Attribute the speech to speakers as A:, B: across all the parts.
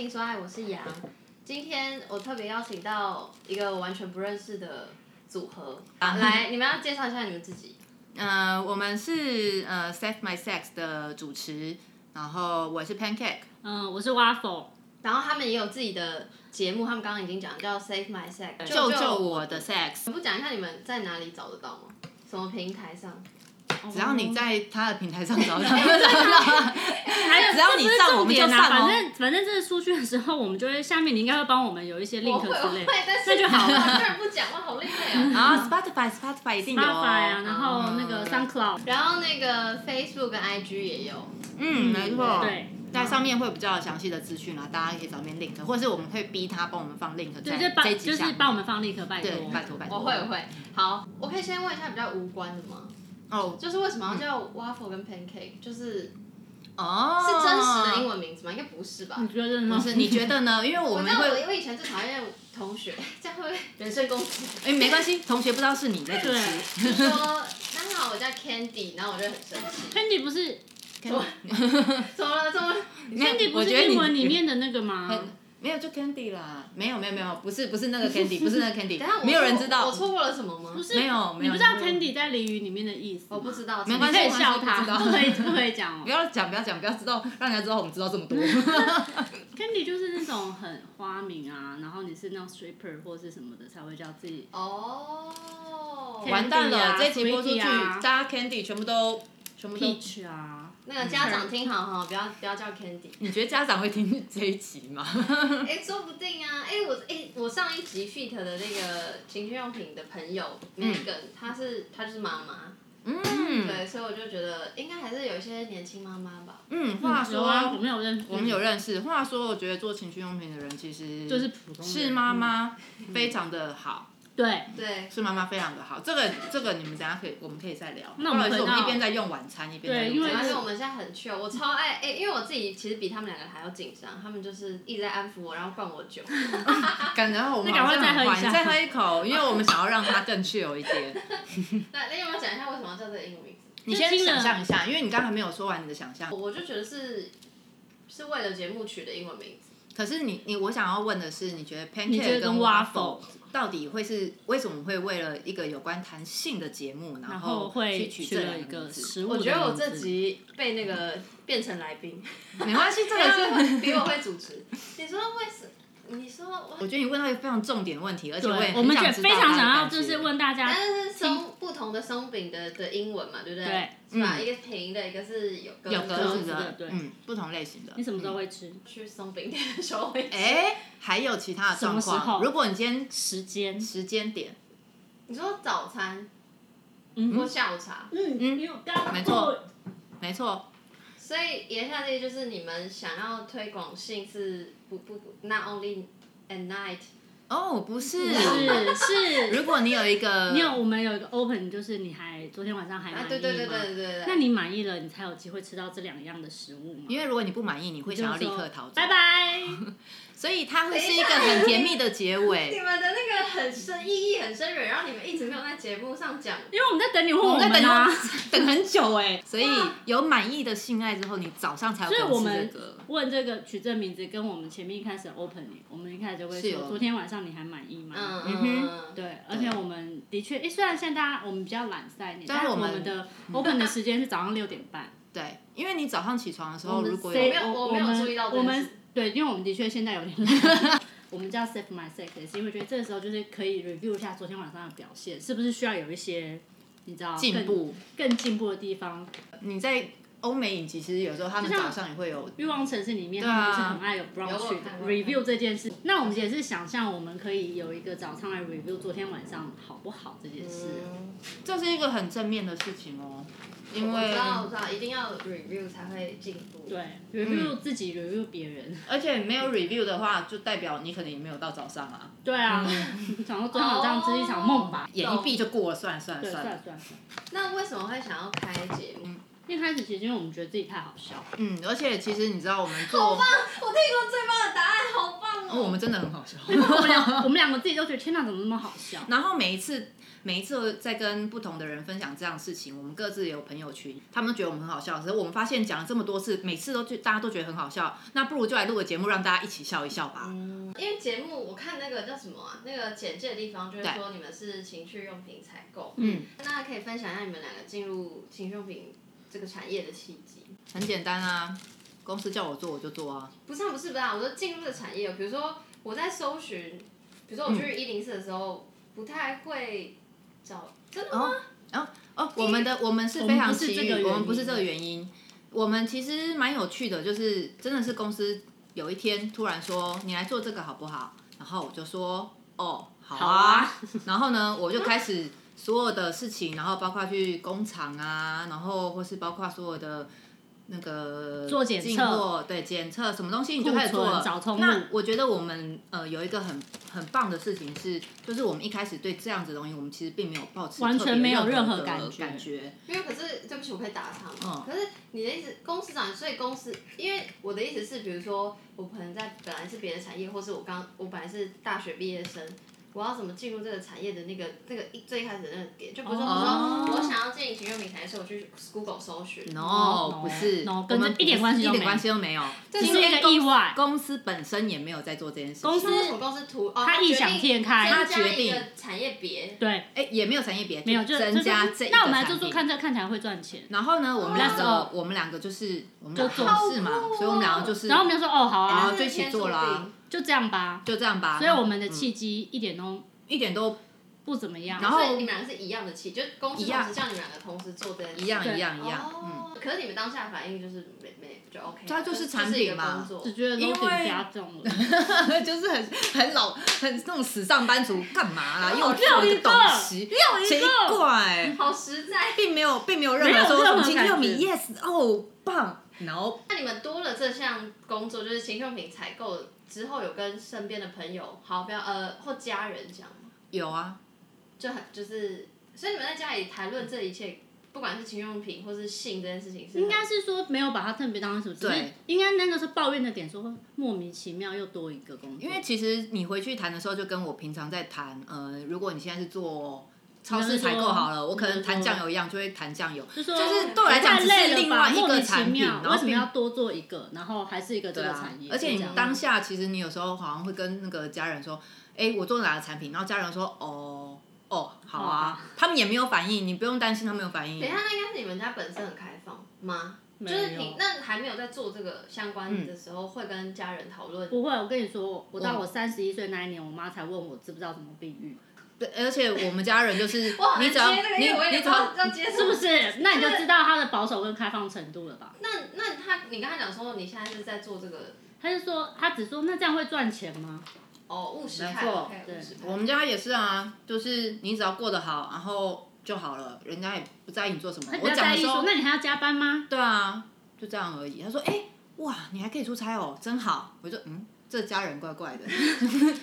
A: 迎收爱，我是杨。今天我特别邀请到一个我完全不认识的组合，啊、来，你们要介绍一下你们自己。
B: 呃，我们是呃 Save My Sex 的主持，然后我是 Pancake，
C: 嗯，我是 Waffle，
A: 然后他们也有自己的节目，他们刚刚已经讲叫 Save My Sex，
B: 救救我的 Sex。
A: 你不讲一下你们在哪里找得到吗？什么平台上？
B: 只要
C: 哦
B: 你在他的平台上 找到，找到，
C: 还
B: 哎只要你上我们就上
C: 啊反
B: 哦。
C: 正反正这出去的时候，我们就会下面你应该会帮我们有一些 link
A: 我会我
C: 之
A: 会
C: 类，，
A: 但是
C: 那就好
A: 很
C: 了。
A: 多人不讲话，好累啊。
B: 然后 Spotify Spotify 一定有
C: Spotify 啊，
B: 哦，啊
C: 然后那个 SoundCloud，
A: 然后那个 Facebook 跟 IG 也有，
B: 嗯，没错，
C: 对，
B: 在上面会有比较详细的资讯啊，大家可以找面 link，或者是我们会逼他帮我们放 link 在
C: 对，就
B: 这一
C: 帮
B: 集
C: 就
B: 下
C: 是
B: 面。
C: 帮我们放立刻拜托
B: 对，，拜托拜托。
A: 我会我会。好，我可以先问一下比较无关的吗？
B: 哦
A: 就是为什么要叫 waffle 跟 pancake？就是
B: 哦，
A: 是真实的英。文名字吗？应该不是吧？
C: 你觉得呢？
B: 不是，你觉得呢？因为我
A: 我知
B: 们
A: 道，
B: 会，
A: 我我以前最讨厌同学， 这样会不会人身攻击？
B: 哎，没关系，同学不知道是你在主持。
A: 就说大家好，我叫 Candy，然后我就很生气。
C: Candy 不是
A: 怎么了？怎么了？
C: Candy 不
B: 我
C: 是
B: 觉得你
C: 英文里面的那个吗？
B: 没有，就 Candy 啦，没有没有没有，不是不是那个 Candy，不是那个 Candy，
A: 等一下我
B: 没有人知道
A: 我，错过了什么吗？
C: 不是，
B: 没有没
C: 你
B: 有
C: 不知道
B: 没有
C: Candy 在俚语里面的意思吗，
A: 我不知道。
B: 没
C: 你
B: 关
C: 可
B: 系
C: 以笑
B: 我完全
C: 他，
B: 不
C: 不
B: 知道
C: 可以不可以讲哦
B: 不。要讲不要讲不要知道，让人家知道我们知道这么多。
C: Candy 就是那种很花名啊，然后你是那种 stripper 或是什么的才会叫自己。
A: 哦。
B: 完蛋了，这集播出去
C: Candy 啊，
B: 大家 Candy 全部都全部都。
C: Peach 啊，
A: 那个家长听好哈，不要不要叫 Candy。
B: 你觉得家长会听这一集吗？
A: 哎、说不定啊！哎、我哎、我上一集 fit 的那个情趣用品的朋友 Megan，、她是她就是妈妈，
B: 嗯
A: 对，所以我就觉得应该还是有一些年轻妈妈吧。
B: 嗯，话
C: 有
B: 说
C: 啊，我们有认识，我
B: 我们有认识。话说，我觉得做情趣用品的人其实
C: 就是普通人
B: 是妈妈非常的好，
C: 对，
A: 对，
B: 是妈妈非常的好。这个这个你们等一下可以，我们可以再聊。
C: 那我们
B: 不好意思
C: 回
B: 我
C: 到
B: 们一边在用晚餐，一边在
C: 对
B: 用
C: 因为
A: 而
B: 晚
A: 且
B: 餐
A: 我们现在很 chill，我超爱哎、因为我自己其实比他们两个还要紧张，他们就是一直在安抚我，然后灌我酒。
B: 感觉我们
C: 那赶
B: 好像很
C: 快再喝一
B: 晚
C: 下
B: 再喝一口，因为我们想要让它更 chill 一 点。
A: 那那要不要讲一下为什么要叫这个英文名字？
B: 你先想象一下，因为你刚才没有说完你的想象
A: 我。我就觉得是是为了节目取的英文名字。
B: 可是你你我想要问的是，你觉得
C: 你觉
B: pancake
C: 得跟
B: waffle
C: waffle
B: 到底会是为什么会为了一个有关谈性的节目，然
C: 然
B: 后
C: 后
B: 去
C: 会
B: 取
C: 取
B: 这
C: 了
B: 两
C: 一个
B: 名字哦
C: 食物
A: 我
C: 的名字。
A: 觉得我这集被那个变成来 宾，
B: 没关系，这个
A: 他
B: 是
A: 们比我会主持。你说为什你说我
B: 我觉得你问到一个非常重点的问题，而且我也
C: 对，我
B: 很
C: 们觉
B: 想
C: 得
B: 知
C: 非
B: 道
C: 常
B: 大家的
C: 想要
B: 感
C: 就是
B: 觉
C: 问大家，
A: 但是松不同的松饼的的英文嘛，对不对？
C: 对
A: 是吧？
B: 嗯
A: 一个平的，一个是有
B: 有格子
C: 格子
B: 的
C: 的，对
B: 嗯，不同类型的。
C: 你什么时候会吃？
A: 去松饼店的时候会。
B: 哎、还有其他的状
C: 什么时
B: 况，
C: 候
B: 如果你今天
C: 时间？
B: 时间点，
A: 你说早餐或
C: 嗯
A: 下午茶，
C: 嗯
B: 嗯
C: 你有刚
B: 没错。没错，
A: 所以言下之意就是你们想要推广性是不不不，not only at night。
B: 哦，不是，
C: 是是，
B: 如果你有一个，
C: 你有我们有一个 open，就是你还昨天晚上还
A: 啊，
C: 满意吗？
A: 对对对对对对。
C: 那你满意了，你才有机会吃到这两样的食物嘛？
B: 因为如果你不满意，你会想要立刻逃走，
C: 拜。拜。
B: 所以它会是一个很甜蜜的结
A: 你
B: 尾。
A: 们的那个很深意义很深远，然后你们一直没有在节目上讲。
C: 因为我们在等你问
B: 我
C: 我
B: 在等
C: 们啊，
B: 等很久哎、 所以有满意的性爱之后，你早上才有
C: 所以
B: 可能
C: 我
B: 吃
C: 们
B: 这个。
C: 问这个取这名字，跟我们前面一开始的 opening，我们一开始就会
B: 是
C: 说，
B: 哦
C: 昨天晚上你还满意吗？
A: 嗯
B: 嗯哼
A: 嗯。对。
C: 对，而且我们的确，诶，虽然现在大家我们比较懒散一点，但
B: 是
C: 是
B: 我
C: 我
B: 们
C: 们的 open 的时间是早上六点半。
B: 对，因为你早上起床的时候，如果
C: 谁
B: 有
A: 没有我
C: 我
A: 没有
C: 们
A: 注意到这
C: 我
A: 件
C: 们
A: 事
C: 对，因为我们的确现在有点懒。 我们叫 save my sex，也是因为觉得这个时候就是可以 review 一下昨天晚上的表现，是不是需要有一些你知道
B: 进步，
C: 更、更进步的地方？
B: 你在欧美影集，其实有时候他们
C: 就像
B: 早上也会有
C: 欲望城市里面，
B: 对啊
C: 他们不是很爱有
A: 有我
C: brunch
A: 看
C: 的
A: 我看
C: review 这件事。那我们也是想象，我们可以有一个早上来 review 昨天晚上好不好这件事。
B: 嗯这是一个很正面的事情哦，因
A: 我知
B: 为
A: 道，我知道，一定要 review 才会进步。
C: 对。，review 自己，review 别人。
B: 嗯而且没有 review 的话，就代表你可能也没有到早上啊，
C: 对啊，想说昨天晚上只是一场梦吧。
B: 眼一闭就过了，算了算了
C: 对，
B: 算了
C: 算了。算了算了。
A: 那为什么会想要开节目？
C: 一开始其实因为我们觉得自己太好笑，
B: 嗯，而且其实你知道我们做，
A: 啊我听过最棒的答案，好棒
B: 我
A: 哦！
B: 们真的很好笑。
C: 我们两我们两个自己都觉得天哪，怎么那么好笑？
B: 然后每一次每一次我在跟不同的人分享这样的事情，我们各自也有朋友群，他们都觉得我们很好笑，可是我们发现讲了这么多次，每次都觉大家都觉得很好笑，那不如就来录个节目让大家一起笑一笑吧。
A: 因为节目我看那个叫什么啊，那个简介的地方就会说你们是情趣用品采购，嗯，那可以分享一下你们两个进入情趣用品这个产业的契机。
B: 很简单啊，公司叫我做我就做啊。
A: 不是啊，不是不是啊，我说进入的产业，比如说我在搜寻，比如说我去一零四的时候，不太会找，真的吗？
B: 哦，我们的我们是非常
C: 我们不是
B: 奇
C: 这个
B: 遇，
C: 原
B: 我们不是这个原因。我们其实蛮有趣的，就是真的是公司有一天突然说你来做这个好不好？然后我就说哦， 好啊。
C: 好啊
B: 然后呢，我就开始所有的事情，然后包括去工厂啊，然后或是包括所有的那个
C: 做检
B: 进
C: 测
B: 货，对检测什么东西你就开始做了
C: 库存找。通路
B: 那我觉得我们呃有一个很很棒的事情是，就是我们一开始对这样子的东西，我们其实并没有抱持
C: 完
B: 特
C: 全
B: 别
C: 没有
B: 任
C: 任何
B: 的
C: 感觉
B: 感觉。
A: 因为可是对不起，我可以打他嘛。
B: 嗯
A: 可是你的意思，公司长，所以公司，因为我的意思是，比如说我可能在本来是别的产业，或是我刚我本来是大学毕业生，我要怎么进入这个产业的那个那个一最一开始的那个点，就比如说
B: 哦
A: 我说我想要进情趣用品产业，所以我去 Google 搜寻。
B: No，
C: No，
B: 哦不是
C: no，
B: 我
C: 哦跟
B: 们
C: 这一点关系
B: 一
C: 都
B: 点
C: 没
B: 关系都没有。
A: 这
B: 因
C: 是
B: 为
C: 一个
B: 公
C: 意外。
B: 公司本身也没有在做这件事情，
C: 公司
A: 那为什么公司图？哦、
C: 他异想
A: 决定
C: 天开
B: 他
A: 增加
B: 决
A: 一
B: 定
A: 个产业别。
C: 对，
B: 哎也没有产业别，
C: 没有就
B: 增加
C: 就是
B: 这一个
C: 那我们来做
B: 产
C: 做
B: 品
C: 看，这看起来会赚钱。
B: 然后呢，我们两
C: 那时
B: 个
C: 候
B: 我们两个就是我们俩
C: 做
B: 同事嘛
A: 好酷哦，
B: 所以我们两个就是，
C: 然后我们就说哦好
B: 然
C: 啊
B: 后，就一起做啦，
C: 就这样吧。
B: 就这样吧。
C: 所以我们的
B: 嗯
C: 契机一点都
B: 一点都
C: 不怎么样。
B: 然后
A: 所以你们两个是一样的气，就是公司
B: 一样
A: 同时叫你们两个同时做这件事
B: 一样
C: 对
B: 一样一样，嗯。
A: 哦，可是你们当下的反应就是没没就 OK，
B: 它就是产品嘛
A: 就是一个工作
C: 只觉得
B: 因
C: 都
B: 为
C: 顶加重了，
B: 就是很很老很那种死上班族干嘛啦？又
C: 又
B: 做
C: 一
B: 的
C: 个
B: 东西，
C: 又一
B: 奇
C: 个
B: 怪，
A: 好实在。
B: 并没有嗯并没有任
C: 没有
B: 何说
C: 任
B: 什么
C: 何
B: 情趣
C: 感
B: 用品
C: 觉
B: yes 哦棒，然后
A: 那你们多了这项工作，就是情趣用品采购之后，有跟身边的朋友，好不要呃或家人讲吗？
B: 有啊，
A: 就很就是，所以你们在家里谈论这一切，不管是情趣用品或是性这件事情是很，
C: 应该是说没有把它特别当成什么，只
B: 对
C: 是应该那个是抱怨的点，说莫名其妙又多一个工作，
B: 因为其实你回去谈的时候，就跟我平常在谈，呃，如果你现在是做超市采购好了，我可能谈酱油一样，就会谈酱油。
C: 就说
B: 就是对我来讲
C: 太累
B: 只是
C: 了
B: 另
C: 吧
B: 外一
C: 莫
B: 个
C: 名其
B: 产品
C: 妙
B: 然后
C: 为什么
B: 并
C: 要多做一个，然后还是一个这
B: 对
C: 个
B: 啊
C: 产业，，
B: 而且你
C: 这样
B: 当下其实你有时候好像会跟那个家人说，哎，我做哪个产品，然后家人说，哦，哦，好啊，他们也没有反应，你不用担心他们有反应
A: 等一。下，那应该是你们家本身很开放吗？就是
C: 没
A: 你
C: 有
A: 那还没有在做这个相关
B: 嗯
A: 的时候，会跟家人讨论啊
C: 不会，我跟你说，我到我三十一岁那一年，我妈才问我知不知道怎么避孕，
B: 对，而且我们家人 就是
A: 哇，很
B: 你只要
A: 接这个
B: 你
A: 因为我也
B: 你
A: 不
B: 只
A: 知道
B: 要
A: 要接
C: 是不？是？那你就知道她的保守跟开放程度了吧？
A: 那那他，你刚才讲说你现在是在做这个
C: 她就说，她只说那这样会赚钱吗？
A: 哦务实派
B: 没错
A: ，OK，务实派
B: 我们家也是啊，就是你只要过得好，然后就好了，人家也不在意你做什么
C: 她。
B: 我
C: 不要
B: 讲
C: 在
B: 的
C: 意
B: 时候
C: 说，，那你还要加班吗？
B: 对啊，就这样而已。他说，哎、哇，你还可以出差哦，真好。我就嗯，这家人怪怪的，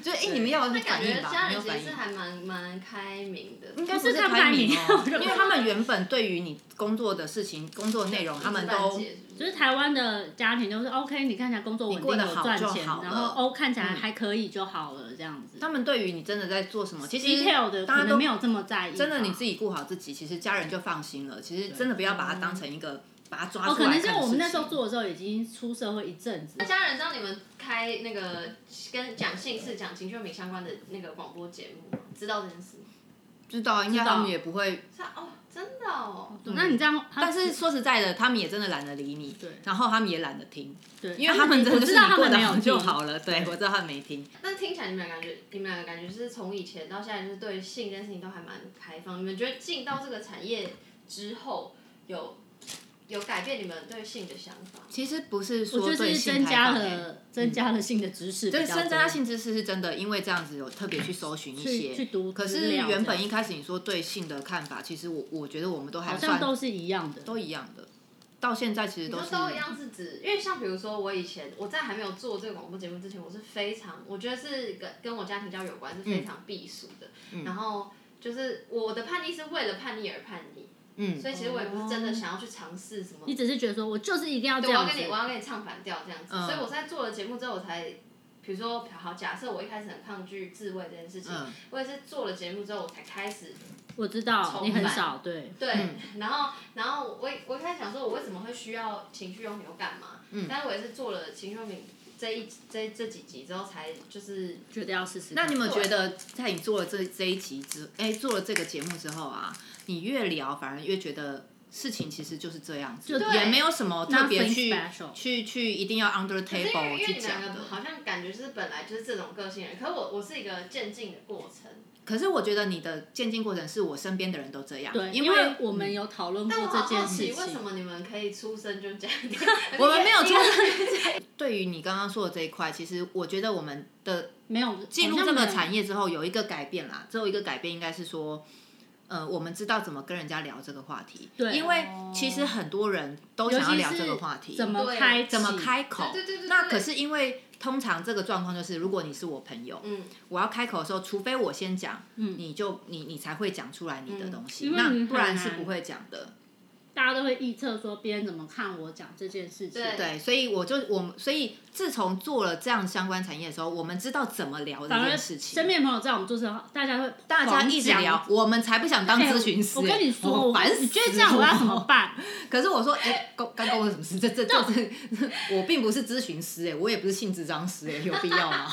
B: 就是哎、你们要有
A: 那感
B: 反应
A: 觉
B: 吧，
A: 家
B: 没有
A: 人其
B: 反
A: 实
B: 应
A: 是。还蛮蛮开明的，
B: 应该
C: 不是
B: 开
C: 看排名
B: 哦
C: 我就
B: 因为他们原本对于你工作的事情、工作内容，他们都
C: 就是台湾的家庭都是 OK，你看起来工作稳
B: 过
C: 定
B: 得
C: 有
B: 好
C: 赚
B: 就
C: 钱，
B: 好
C: 然
B: 了嗯
C: 后哦看起来还可以就好了这样子。
B: 他们对于你真的在做什么，其实
C: detail 的
B: 大
C: 可
B: 家都
C: 能没有这么在意，
B: 真的你
C: 己。
B: 自己顾好自己，其实家人就放心了。其实真的不要把它当成一个把它抓出来
C: 哦，可能是
B: 看的
C: 我们那
B: 事
C: 时候
B: 情
C: 做的时候已经出社会一阵子
A: 那，家人知道你们开那个跟讲姓氏、讲情趣用品相关的那个广播节目吗，知道这件事吗？
B: 知道，应该他们也不会。
A: 是啊，哦，真的哦，
C: 那你这样，
B: 但是说实在的，他们也真的懒得理你，
C: 对
B: 然后他们也懒得听，
C: 对，
B: 因为他们真
C: 我
B: 的就是
C: 知
B: 你
C: 道他
B: 过
C: 们
B: 得
C: 没有
B: 好就
C: 听
B: 好了。对，我知道他们没听，
A: 那听起来你们俩感觉，你们两个感觉是从以前到现在，就是对性这件事情都还蛮开放。你们觉得进到这个产业之后，有有改变你们对性的想法吗？
B: 其实不是
C: 我
B: 说
C: 就
B: 对
C: 是
B: 性
C: 增
B: 开
C: 加
B: 放、
C: 了增加了性的知识比较
B: 对，
C: 多，
B: 增加性知识是真的，因为这样子有特别去搜寻一些。
C: 去去读
B: 可
C: 资
B: 是
C: 料
B: 原
C: 这
B: 本
C: 样
B: 一开始你说对性的看法，其实我我觉得我们都还
C: 好像
B: 算
C: 都是一样的，
B: 都一样的，到现在其实都
A: 就是都一样是指，因为像比如说我以前我在还没有做这个广播节目之前，我是非常我觉得是跟跟我家庭教育有关，是非常避暑的。然后就是我的叛逆是为了叛逆而叛逆，
B: 嗯
A: 所以其实我也不是真的想要去尝试什么
C: 你，只是觉得说我就是一定要这
A: 对，我要
C: 样
A: 跟
C: 子
A: 你，我要跟你唱反调这样子。
B: 嗯
A: 所以我在做了节目之后，我才比如说好，假设我一开始很抗拒自慰这件事情，
B: 嗯
A: 我也是做了节目之后，我才开始
C: 我知道
A: 重
C: 你很
A: 返
C: 少对，
A: 对，
B: 嗯
A: 然后然后我我一开始想说，我为什么会需要情趣用品，我干嘛？嗯，但是我也是做了情趣用品这一这这几集之后，才就是
C: 觉得要试试看。
B: 那你有没有觉得，在你做了这这一集之，哎、做了这个节目之后啊，你越聊反而越觉得事情其实就是这样子，
C: 就
B: 也没有什么特别
C: Nothing
B: 去
C: special
B: 去去一定要 under
A: 因为
B: table
A: 因为
B: 哦去
A: 你们
B: 讲
A: 两
B: 的
A: 个。好像感觉就是本来就是这种个性的人，可是我我是一个渐进的过程，
B: 可是我觉得你的渐进过程是我身边的人都这样，
C: 对，
B: 因
C: 因为我们有讨论过
A: 我
C: 这
A: 好
C: 件
A: 好
C: 事
A: 奇
C: 情。
A: 为什么你们可以出生就 这样？
B: 我们没有
A: 你
B: 出
A: 也
B: 对于你刚刚说的这一块，其实我觉得我们的
C: 没有
B: 进入这个产
C: 业？
B: 业之后，有一个改变啦，只有一个改变应该是说，呃，我们知道怎么跟人家聊这个话题，
C: 对
B: 因为其实很多人都想要聊这个话题，
C: 怎么
A: 对
C: 开
B: 怎么
C: 启？
B: 开口，
A: 对对对对
B: 那可是因为通常这个状况就是，如果你是我朋友，
A: 嗯，
B: 我要开口的时候，除非我先讲，
C: 嗯
B: 你就你你才会讲出来你的东西，
C: 因为你
B: 那
C: 很
B: 不然是
C: 难
B: 不会讲的。
C: 大家都会臆测说别人怎么看我讲这件事情。
A: 对
B: 对，所以我就我们，所以自从做了这样相关产业的时候，我们知道怎么聊
C: 反
B: 这
C: 而
B: 件事情
C: 身。边的朋友在我们做事后，大家会
B: 大家一直
C: 狂讲
B: 聊，我们才不想当
C: 哎
B: 咨询师、
C: 我跟你说，
B: 我
C: 我
B: 烦死
C: 你觉得这样我要怎么？办？
B: 可是我说，哎、关干关我什么事？这这这这， 我并不是咨询师、哎，我也不是性智障师、哎，有必要 吗？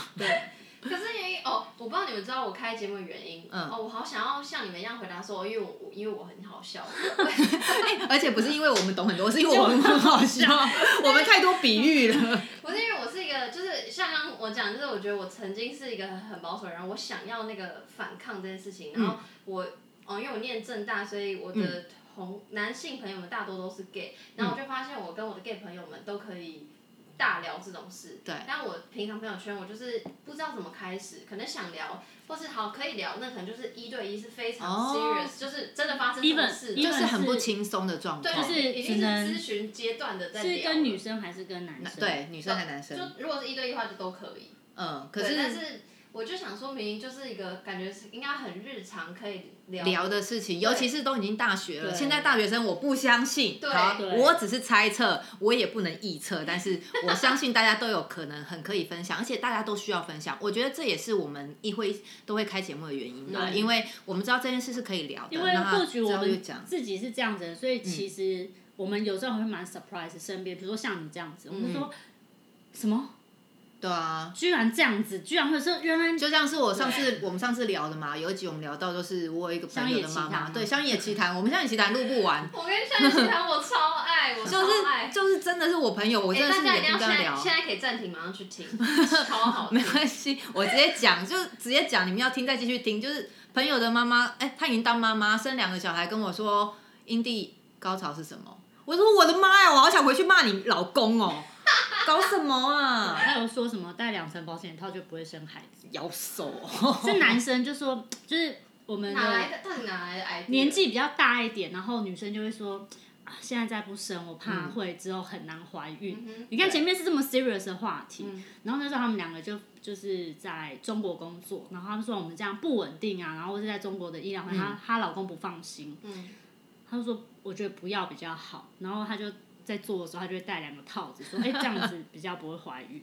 A: 可是原因哦，我不知道你们知道我开节目的原因，
B: 嗯
A: 哦，我好想要像你们一样回答说，因为我因为我很好笑，
B: 哎而且不是因为我们懂很多，是因为我们很好 笑，我们太多比喻了。
A: 不是因为我是一个，就是像刚刚我讲，就是我觉得我曾经是一个很保守的人，我想要那个反抗这件事情，然后
C: 嗯
A: 我，哦，因为我念正大，所以我的同、男性朋友们大多都是
C: 嗯
A: gay，然后我就发现我跟我的 gay 朋友们都可以大聊这种事，
B: 对
A: 但我平常朋友圈我就是不知道怎么开始，可能想聊，或是好可以聊，那可能就是一对一是非常
B: 哦
A: serious，、就是真的发生什么
C: Even-
A: 事，
C: even-
B: 就是很不轻松的状况，
C: 就是
A: 已
C: 只
A: 经是
C: 能
A: 咨询阶段的在聊
C: 是
A: 了，
C: 跟女生还是跟男生？
B: 对女生和男生，
A: 就如果是一对一的话就都可以。
B: 嗯，可
A: 对，但
B: 是
A: 是我就想说明，就是一个感觉是应该很日常，可以聊。
B: 聊的事情，尤其是都已经大学了，
C: 对
B: 现在大学生我不相信，
A: 对
B: 好，
C: 对
B: 我只是猜测，我也不能臆测，但是我相信大家都有可能很可以分享，而且大家都需要分享，我觉得这也是我们一会都会开节目的原因啦，
C: 对
B: 因为我们知道这件事是可以聊的，
C: 因为
B: 然后
C: 或许
B: 之
C: 我
B: 后就
C: 们
B: 讲，嗯
C: 自己是这样子的，所以其实我们有时候会蛮 surprise 身边，比如说像你这样子，我们
B: 嗯
C: 就说什么，
B: 对啊。
C: 居然这样子，居然会说原来
B: 就像是我上次我们上次聊的嘛，有一集我们聊到就是我有一个朋友的妈
C: 乡野奇
B: 妈，
C: 谈嗯
B: 对《乡野奇谈》，我们《乡野奇谈》录不 完，
A: 我跟夏雨琪谈，我超爱，我
B: 就
A: 超爱
B: 是。就是真的是我朋友，我真
A: 哎
B: 的
A: 大
B: 是
A: 家
B: 也
A: 一定
B: 不
A: 要
B: 跟
A: 现
B: 他
A: 在
B: 聊，
A: 现在可以暂停，马上去 听，超好听
B: 没。关系，我直接讲，就直接讲，你们要听再继续听。就是朋友的妈妈，哎、她已经当妈妈，生两个小孩，跟我说阴蒂高潮是什么？我说我的妈呀，我好想回去骂你老公 哦，搞什么啊？
C: 还有说什么带两层保险套就不会生孩子，
B: 咬手，
C: 是男生就说就是我们
A: 哦哪来
C: 的
A: 的？到底哪来的 idea？
C: 年纪比较大一点，然后女生就会说。啊现在再不生，我怕会之后很难怀孕。
A: 嗯哼
C: 你看前面是这么 serious 的话题，
A: 嗯
C: 然后那时候他们两个就就是在中国工作，然后他们说我们这样不稳定啊，然后或是在中国的医疗环境，她她、老公不放心，
A: 嗯
C: 他就说我觉得不要比较好，然后他就在做的时候，他就会哎戴两个套子，说哎、这样子比较不会 怀孕，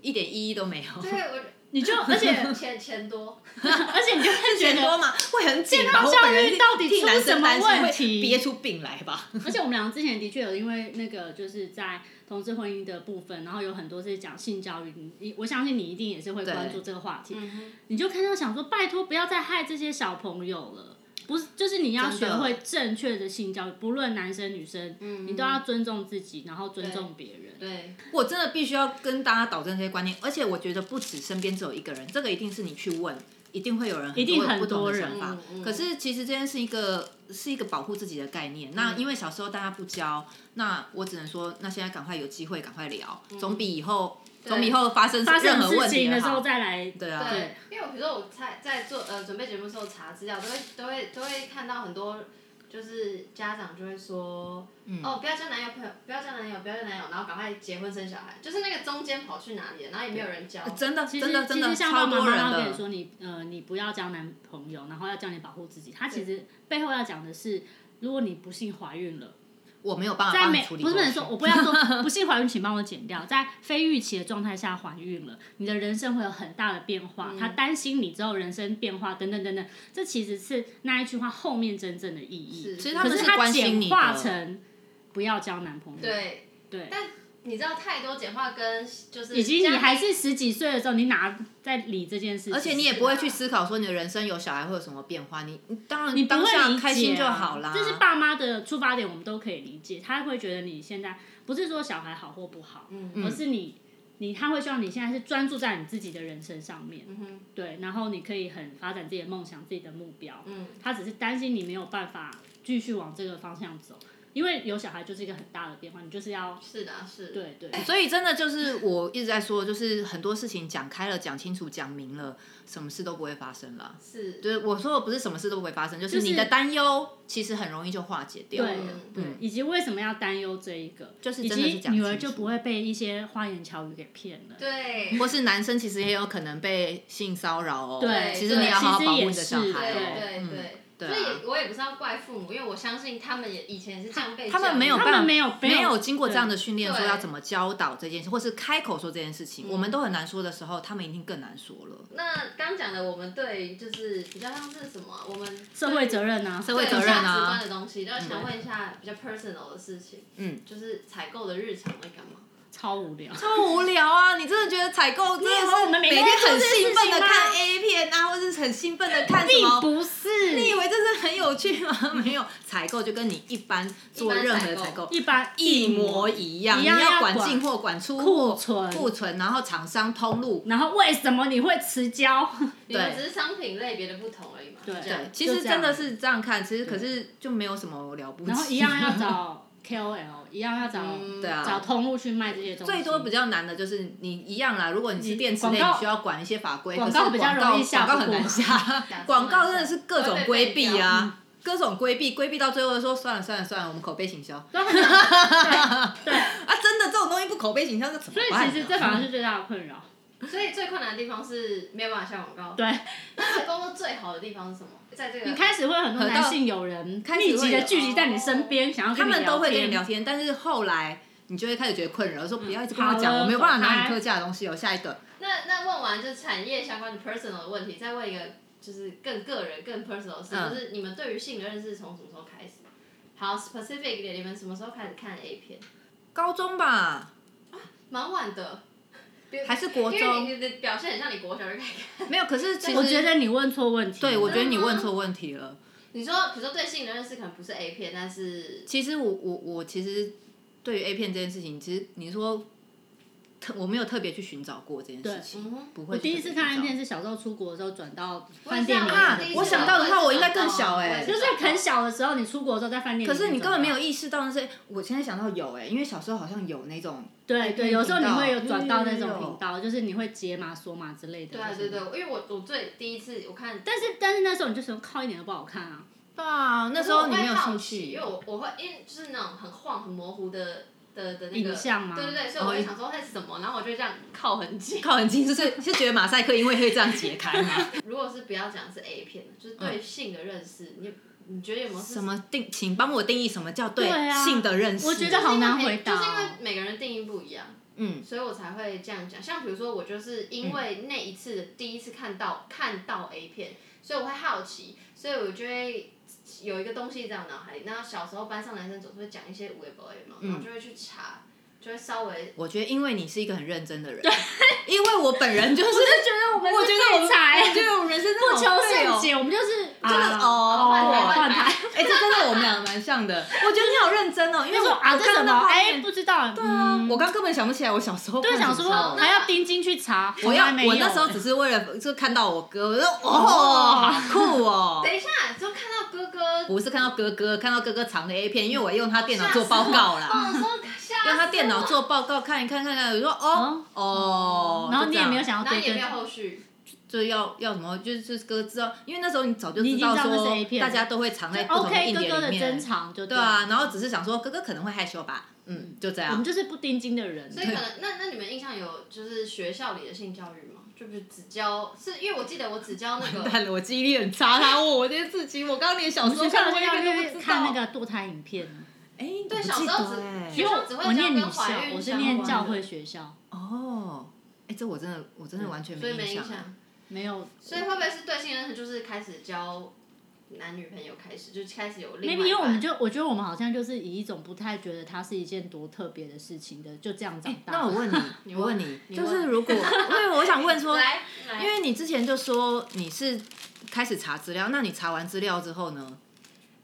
B: 一点意义都没有。
A: 对我，
C: 你就而且
A: 钱钱多，
C: 而且你就会 觉
B: 钱多
C: 得，
B: 嘛，会很紧吧？
C: 康
B: 我
C: 教
B: 本人
C: 育到底
B: 替
C: 出
B: 男
C: 什
B: 生
C: 么
B: 担心，
C: 问
B: 会
C: 题
B: 憋出病来吧？
C: 而且我们两个之前的确有因为那个就是在同志婚姻的部分，然后有很多是讲性教育，你你我相信你一定也是会
B: 对
C: 关注这个话题，
A: 嗯
C: 你就看到想说，拜托不要再害这些小朋友了。不是，就是你要
B: 真的
C: 学会正确的性教育，不论男生女生，
A: 嗯
C: 你都要尊重自己，然后尊重别人。
A: 对，
B: 我真的必须要跟大家导正这些观念，而且我觉得不止身边只有一个人，这个一定是你去问，一定会有人
C: 一定
B: 很
C: 很
B: 不同
C: 多
B: 的
C: 人
B: 想法。
A: 嗯嗯
B: 可是其实这件是一个是一个保护自己的概念。
C: 嗯
B: 那因为小时候大家不教，那我只能说，那现在赶快有机会赶快聊，总比以后总比以后发生
C: 嗯发
B: 任
C: 生
B: 何
C: 事
B: 问题
C: 情的时候
B: 好。
C: 再来，
B: 对啊，
A: 对，因为我比如说我在在做呃准备节目的时候查资料，都会都会都会看到很多，就是家长就会说，
C: 嗯
A: 哦不要交男友朋友，不要交男友，不要交男友，然后赶快结婚生小孩，就是那个中间跑去哪里了，然后也没有人教。
C: 呃
B: 真的
C: 其实
B: 真的真
C: 其
B: 的
C: 实像
B: 超
C: 爸爸
B: 多
C: 妈
B: 人
C: 妈跟你
B: 的。
C: 说你呃你不要交男朋友，然后要叫你保护自己。他其实背后要讲的是，如果你不幸怀孕了，
B: 我没有办法
C: 在
B: 帮你
C: 没
B: 处理
C: 哎不
B: 过
C: 是
B: 去。
C: 不能说我不要 说不幸怀孕，请帮我剪掉。在非预期的状态下怀孕了，你的人生会有很大的变化。
B: 嗯
C: 他担心你之后人生变化等等等等，这其实是那一句话后面真正的意义。
A: 是其实
B: 他
C: 可
B: 们
C: 是
B: 是关心
C: 简
B: 你的
C: 化成不要交男朋友。
A: 对
C: 对
A: 但你知道太多简化跟就是
C: 已经你
A: 家
C: 还是十几岁的时候，你哪在理这件事情？
B: 而且你也不会去思考说你的人生有小孩会有什么变化，你你当然
C: 你不
B: 当
C: 会理解
B: 下
C: 啊
B: 开心就好啦。
C: 这是爸妈的出发点，我们都可以理解。他会觉得你现在不是说小孩好或不好，
A: 嗯
C: 而是你你他会希望你现在是专注在你自己的人生上面，
A: 嗯哼
C: 对，然后你可以很发展自己的梦想、自己的目标。
A: 嗯
C: 他只是担心你没有办法继续往这个方向走，因为有小孩就是一个很大的变化，你就是要
A: 是的啊是
C: 对对。
B: 所以真的就是我一直在说，就是很多事情讲开了、讲清楚、讲明了，什么事都不会发生了。
A: 是
B: 就是我说的不是什么事都不会发生，就是
C: 就是
B: 你的担忧其实很容易就化解掉了
C: 对。对
B: 嗯，
C: 以及为什么要担忧这一个，
B: 就是
C: 以
B: 真的是
C: 及
B: 讲
C: 女儿
B: 清
C: 就
B: 楚
C: 不会被一些花言巧语给骗了。
A: 对
B: 或是男生其实也有可能被性骚扰哦。
C: 对
B: 其实你
A: 对
B: 要好好
C: 其实
B: 保护
C: 也
B: 你的小
C: 是
B: 孩哦。
A: 对
B: 嗯
A: 对
B: 对
A: 对，
B: 啊
A: 所以我也不是要怪父母，因为我相信他们也以前也是这样被
B: 他
A: 教
B: 们
A: 育
B: 没有
A: 的
B: 办
C: 他
B: 法，
C: 们没有
B: 没
C: 没有
B: 有经过这样的训练，
A: 对
B: 说要怎么教导这件事，或是开口说这件事情，我
C: 嗯
B: 们都很难说的时候，他们一定更难说了。
A: 那刚讲的，我们对就是比较像是什么啊，我们
C: 社会责任啊，社
B: 会
A: 对
B: 责任啊
A: 价值观的东西，就想问一下比较 personal 的事情，
B: 嗯，
A: 就是采购的日常会干嘛？
C: 超无聊。
B: 超无聊啊！你真的觉得采购真的
C: 以为
B: 是
C: 我们每
B: 每
C: 天
B: 天
C: 都做
B: 很
C: 这件
B: 兴奋的
C: 事情吗
B: 看 A 片啊，或者是很兴奋的看什
C: 并
B: 么？
C: 不是，
B: 你以为这是很有趣吗？ 没有，采购就跟你一般做任何的采购
C: 一般
B: 一模一样，
C: 一
B: 你
C: 样
B: 要
C: 要
B: 管
C: 管
B: 进货、管出
C: 库
B: 货、
C: 存
B: 库存，然后厂商通路。
C: 然后为什么你会迟交？
A: 你们只是商品类别的不同而已嘛。
C: 对
A: 这样
B: 对，其
C: 就
B: 实
C: 这
B: 真
C: 样
B: 的是这样看，其实可是就没有什么了不起。
C: 然后一样 要找 KOL，一样要找、
A: 嗯
B: 对啊
C: 找通路去卖这些东西。
B: 最多比较难的就是你一样啦，如果你是电池类，
C: 广告
B: 你需要管一些法规，
C: 广告
B: 可是
C: 比较容易下不
B: 广告很难 下
A: 假，
B: 广告真的是各种规避啊，
C: 嗯
B: 各种规避，规避到最后说算了算了算了，我们口碑行销啊，
C: 都很难。
B: 真的这种东西不口碑行销，那怎么
C: 所以
B: 办呢？
C: 其实这反而是最大的困扰。
A: 所以最困难的地方是没有办法下广告。
C: 对，
A: 那这个工作最好的地方是什么？在这个
C: 你开始会有很多男性友人
B: 开始会
C: 密
B: 有哦
C: 集的聚集在你身边，想要
B: 他
C: 跟你
B: 们都会跟你
C: 天
B: 聊天，但是后来你就会开始觉得困扰，说不要一直跟我
C: 嗯好
B: 讲，
C: 了
B: 我没有办法拿
C: 走
B: 你
C: 开
B: 特价的东西哦，下一个。
A: 那那问完就是产业相关的 personal 的问题，再问一个就是更个人、更 personal 的事，
B: 嗯
A: 就是你们对于性的认识从什么时候开始？好，specific 一点，你们什么时候开始看 A 片？
B: 高中吧，
A: 蛮晚的，
B: 还是
A: 因
B: 国
A: 为
B: 中
A: 你你的表现很像你国小就开始看。
B: 没有，可是其实
C: 我觉得你问错问题了。
B: 对，我觉得
A: 真
B: 你
A: 的吗
B: 问错问题了。
A: 你说，比如说对性的认识可能不是 A 片，但是
B: 其实我我我其实对于 A 片这件事情，其实你说特我没有特别去寻找过这件事情，
A: 嗯
B: 不
A: 哼，
B: 会去
C: 第一次看 A
B: 特别
C: 片
B: 去
C: 是小时候出国的时候转到
A: 我也
C: 饭
A: 是
C: 店
A: 啊
C: 里面
B: 啊
C: 的
A: 第一次
B: 我想到的话我应该更小欸
A: 我也
C: 就是是很小的时候，你出国的时候在啊饭店里
B: 找。可
C: 面找到。
B: 是你根本没有意识到那些，我现在想到有哎、因为小时候好像有那种
C: 对对，有时候你
B: 频道
C: 会有转到那
B: 有有
C: 种
B: 有
C: 频道，就是你会解码、索码之类的。
A: 对啊对对，。因为我我最第一次我看，
C: 但是但是那时候你就说靠一点都不好看啊，
B: 啊，那时候你没有兴
A: 因
B: 趣
A: 为，我我会因为就是那种很晃很模糊的的的那个
C: 影像吗？
A: 对对对，所
B: 哦
A: 以我就想说那是什么，然后我就这样靠很近。
B: 靠很近，就是是觉得马赛克因为会这样解开嘛。
A: 如果是不要讲是 A 片，就是对性的认识，你你觉得有没有是
B: 什？么呃定，请帮我定义什么叫对
C: 对啊
B: 性的认识？
C: 我觉得好难回答哦
A: 就是因为每个人定义不一样，
B: 嗯，
A: 所以我才会这样讲。像比如说，我就是因为那一次的第一次看到看到 A 片，所以我会好奇，所以我就会有一个东西在我脑海里。那小时候班上男生总是会讲一些无微不微嘛，
B: 嗯
A: 然后就会去查，就会稍微
B: 我觉得因为你是一个很认真的人，因为我本人就是，我
C: 觉得我们
B: 觉得我
C: 废柴，
B: 我觉得我人生
C: 不
B: 不
C: 求
B: 哦
C: 甚解，我们就是真
B: 的哦
A: 换台
B: 哦
A: 换
C: 换
A: 台
C: 台。。
B: 哎、这真的我们俩蛮像的。我觉得你好认真哦，因为
C: 就
B: 我
C: 说啊，
B: 我
C: 这
B: 看
C: 什
B: 到
C: 么？
B: 画
C: 哎，
B: 面
C: 不知道。对
B: 啊我刚根本想不起来我小时候
C: 就
B: 看
C: 想
B: 什么
C: 说
B: 了
C: 还要盯进去查，
B: 我
C: 我
B: 要
C: 没有。
B: 我那时候只是为了就看到我哥，我说哦，好酷哦。
A: 等一下，就看到哥哥
B: 我是看到哥哥，看到哥哥藏的 A 片，因为我用他电脑做
A: 吓死
B: 报告
C: 哦
A: 我
B: 啦，
A: 想说 吓死
B: 用他
A: 我
B: 电脑做报告看一看看看，我说哦哦，
C: 然后你也没有
B: 就这样
C: 想要
A: 然后
C: 对
A: 也
C: 跟
A: 没有，后续，
B: 就要要什么，就是就是哥知道，因为那时候你早就
C: 你已
B: 知
C: 经
B: 道
C: 知道那是
B: 说
C: A 片
B: 大
C: 了
B: 家都会藏在不同的
C: OK
B: 硬
C: 哥
B: 碟
C: 哥的
B: 里
C: 珍
B: 面，
C: 藏就
B: 对
C: 对
B: 啊，，然后只是想说哥哥可能会害羞吧，嗯，就这
C: 我
B: 样
C: 们。就是不盯紧的人，
A: 所以可能那那你们印象有就是学校里的性教育吗？就不是只教，是因为我记得我只教那个，
B: 但我记忆力很差，他问我这些事情，我刚刚连小时候
C: 学校
B: 看
C: 的
B: 过一
C: 要
B: 遍都不知道。
C: 看那个堕胎影片，
B: 哎，
A: 对，
B: 我不
A: 小
B: 记
A: 时候
B: 得
A: 只
B: 哎
A: 学校只会
C: 我
A: 教
C: 念女
A: 跟
C: 校
A: 怀，
C: 我
A: 孕
C: 是
A: 相
C: 念
A: 关
C: 教
A: 的
C: 会，学校，
B: 哦，哎，这我真的我真的完全
A: 所以没影
B: 印象。
A: 响。
C: 没有。
A: 所以会不会是对性认识就是开始交男女朋友开始，就开始有另外一
C: maybe 因为我
A: 半
C: 们就我觉得我们好像就是以一种不太觉得它是一件多特别的事情的，就这样长大。
B: 哎那我 问 你，
A: 你
B: 我问
A: 问
B: 你，
A: 你
B: 就
A: 问
B: 是 如果，因为我想问说，
A: 来，来
B: 因为你之前就说你是开始查资料，那你查完资料之后呢？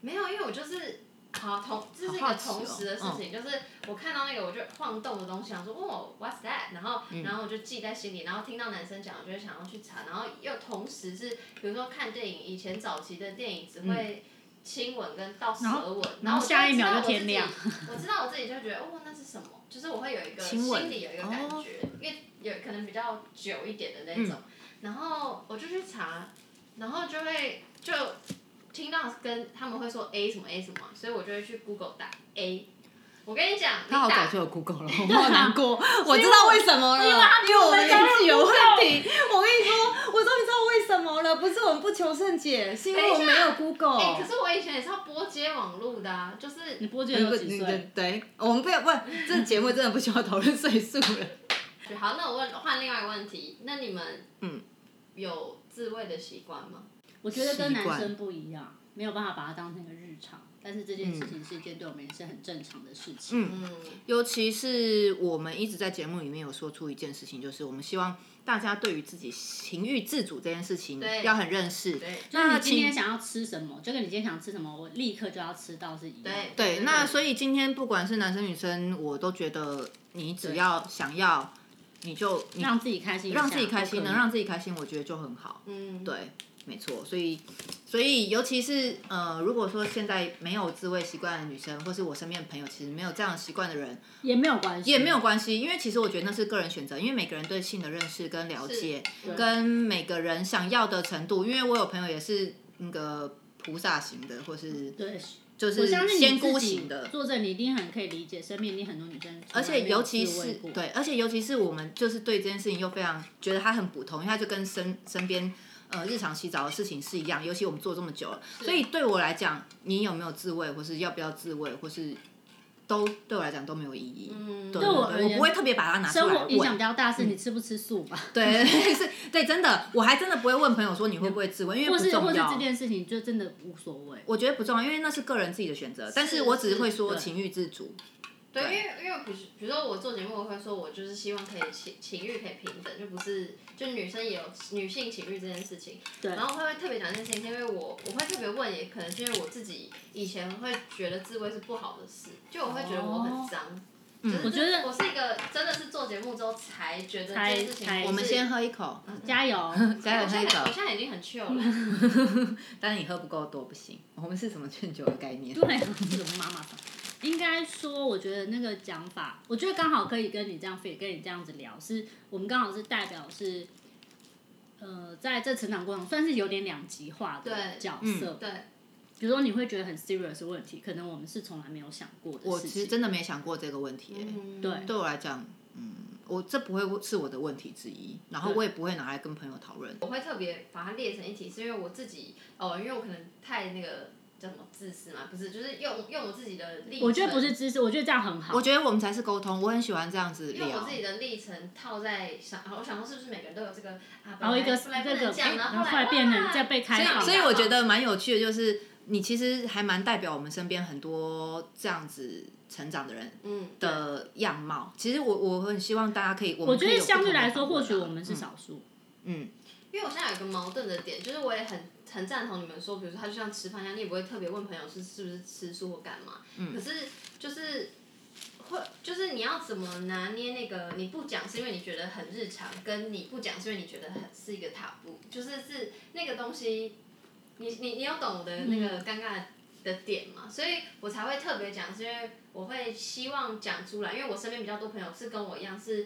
A: 没有，因为我就是好同，这是一
B: 好
A: 个
B: 奇哦
A: 同时的事情，就是我看到那个我就晃动的东西，想说哦，what's that？然后、然后我就记在心里，然后听到男生讲，我就会想要去查，然后又同时是比如说看电影，以前早期的电影只会。亲吻跟到舌吻，然
C: 然后
A: 我
C: 下一秒
A: 就
C: 就
A: 会知道我自己
C: 天亮
A: 我知道我自己就觉得，哦，那是什么？就是我会有一个
B: 亲吻
A: 心里有一个感觉，因为有可能比较久一点的那种。然后我就去查，然后哦就会就听到跟他们会说 A 什么 A 什么，所以我就会去 Google 打 A。我跟你讲，你
B: 他好早
A: 打
B: 就有 Google 了，我好难过， 我知道为什么了，因为
C: 他比我
B: 我
C: 们
B: 们
C: 早
B: 年纪有问题。我跟你说，我终于知道为什么了，不是我们不求甚解，是因为我们没有
A: 哎、
B: Google
A: 可。是我以前也是要拨接网路的、啊，就是
C: 你波姐
B: 你
C: 有
B: 不
C: 几
B: 你
C: 岁？
B: 的对，我们不要问，这节目真的不需要讨论岁数了。
A: 好。那我问换另外一个问题，那你们
B: 嗯
A: 有自慰的习惯吗？
C: 我觉得跟
B: 习惯
C: 男生不一样，没有办法把它当成一个日常。但是这件事情是一件对我们也是很正常的事情。
B: 嗯
A: 嗯，
B: 尤其是我们一直在节目里面有说出一件事情，就是我们希望大家对于自己情欲自主这件事情
A: 对
B: 要很认识。
A: 对，
C: 就是
B: 那
C: 你今
B: 请
C: 天想要吃什么，就跟你今天想吃什么，我立刻就要吃到是一样的。
A: 对
B: 对，那所以今天不管是男生女生，我都觉得你只要想要，你就你
C: 让自己开心一下，
B: 让自己开心，
C: 都可以
B: 能让自己开心，我觉得就很好。
A: 嗯，
B: 对，没错。所以，所以尤其是呃，如果说现在没有自慰习惯的女生，或是我身边的朋友，其实没有这样的习惯的人，
C: 也没有关系，
B: 也没有关系，因为其实我觉得那是个人选择，因为每个人对性的认识跟了解，跟每个人想要的程度，因为我有朋友也是那个菩萨型的，或是
C: 对。
B: 就
C: 我
B: 是
C: 相信
B: 仙
C: 你
B: 姑
C: 自己
B: 型的，
C: 作者，你一定很可以理解，身边一定很多女生，
B: 而且尤其
C: 自慰
B: 是
C: 过
B: 对，而且尤其是我们就是对这件事情又非常觉得它很普通，因为它就跟身身边呃日常洗澡的事情是一样。尤其我们做这么久了，所以对我来讲，你有没有自慰，或是要不要自慰，或是都对我来讲都没有意义。
A: 嗯
B: 对
C: 对我而
B: 对，我
C: 言
B: 不会特别把它拿出
C: 生
B: 来
C: 活影响比
B: 问。
C: 较大是你吃不吃素吧，
B: 嗯 对，是，对，真的，我还真的不会问朋友说你会不会自慰，因为
C: 或
B: 不
C: 是或
B: 重
C: 是
B: 要
C: 这。件事情就真的无所谓。
B: 我觉得不重要，因为那是个人自己的选择。但是我只是会说
C: 对
B: 情欲自主。
A: 对，因为因为不是，比如说我做节目，我会说我就是希望可以情情欲可以平等，就不是就女生也有女性情欲这件事情。
C: 对
A: 然后我会特别讲这件事情，是因为我我会特别问，也可能是因为我自己以前会觉得自慰是不好的事，就我会觉得我很脏。就是
C: 我觉得
A: 我是一个真的是做节目之后才觉得这件事情
C: 才
A: 是。
C: 才
B: 我们先喝一口，
C: 加油！
B: 加油
A: 我
B: 喝一
A: 现在
B: 口
A: 我。现在已经很 chill 了。
B: 但是你喝不够多不行。我们是什么劝酒的概念？
C: 对，这种妈妈桑应该说，我觉得那个讲法，我觉得刚好可以跟你这样费，跟你这样子聊，是我们刚好是代表是，呃，在这成长过程中算是有点两极化的
A: 对
C: 角
B: 嗯
C: 色。
A: 对，
C: 比如说你会觉得很 serious 的问题，可能我们是从来没有想过的
B: 我
C: 事
B: 其实
C: 情。
B: 真的没想过这个问题、欸
A: 嗯
C: 对
B: 对我来讲，嗯，我这不会是我的问题之一，然后我也不会拿来跟朋友讨论。
A: 我会特别把它列成一题，是因为我自己哦，因为我可能太那个叫什么自私嘛，不是，就是用用我自己的历程，
C: 我觉得不是知识，我觉得这样很好。
B: 我觉得我们才是沟通，我很喜欢这样子
A: 用我
B: 聊
A: 自。己的历程套在想，啊我想说是不是每个人都有这个啊，
C: 然后一个
A: 本来不
C: 这个哎
A: 能讲，
C: 然后
A: 后
C: 后来啊变成
A: 哇
C: 这被开
A: 这样
C: 放，
B: 所以我觉得蛮有趣的，就是你其实还蛮代表我们身边很多这样子成长的人
A: 嗯，
B: 的样貌。其实我我很希望大家可以，我
C: 我
B: 们
C: 觉
B: 可以
C: 得
B: 有
C: 相对来说，
B: 不同
C: 或
B: 的
C: 许
B: 讨论
C: 我们是
B: 嗯
C: 少数。
A: 因为我现在有一个矛盾的点，就是我也很很赞同你们说，比如说他就像吃饭一样，你也不会特别问朋友是是不是吃素或干嘛，
C: 嗯
A: 可是就是。会就是你要怎么拿捏那个你不讲是因为你觉得很日常，跟你不讲是因为你觉得很是一个塔布，就是是那个东西，你你你有懂我的那个尴尬的点嘛？所以我才会特别讲，是因为我会希望讲出来，因为我身边比较多朋友是跟我一样是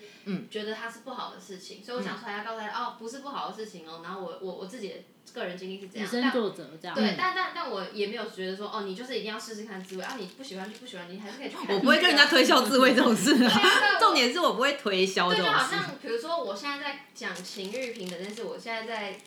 A: 觉得它是不好的事情，所以我讲出来要告诉大家、哦，不是不好的事情哦。然后我我我自己的个人经历是这样，
C: 生
A: 但
C: 作者这样，嗯
A: 对，但但但我也没有觉得说哦，你就是一定要试试看滋味啊，你不喜欢就不喜欢，你还是可以去看。啊
B: 我不会跟人家推销自慰这种事啊
A: 对我
B: 重点是我不会推销这
A: 对，
B: 种
A: 就好
B: 事。
A: 像比如说我现在在讲情欲平等，但是我现在在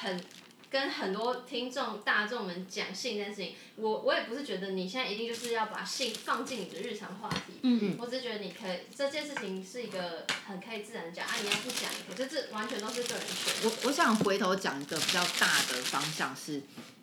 A: 很跟很多听众大众们讲性这件事情，我我也不是觉得你现在一定就是要把性放进你的日常话题，嗯嗯，我只是觉得你可以这件事情是一个很可以自然讲，啊，你要不讲也可以，就这完全都是个人选。
B: 我我想回头讲一个比较大的方向是，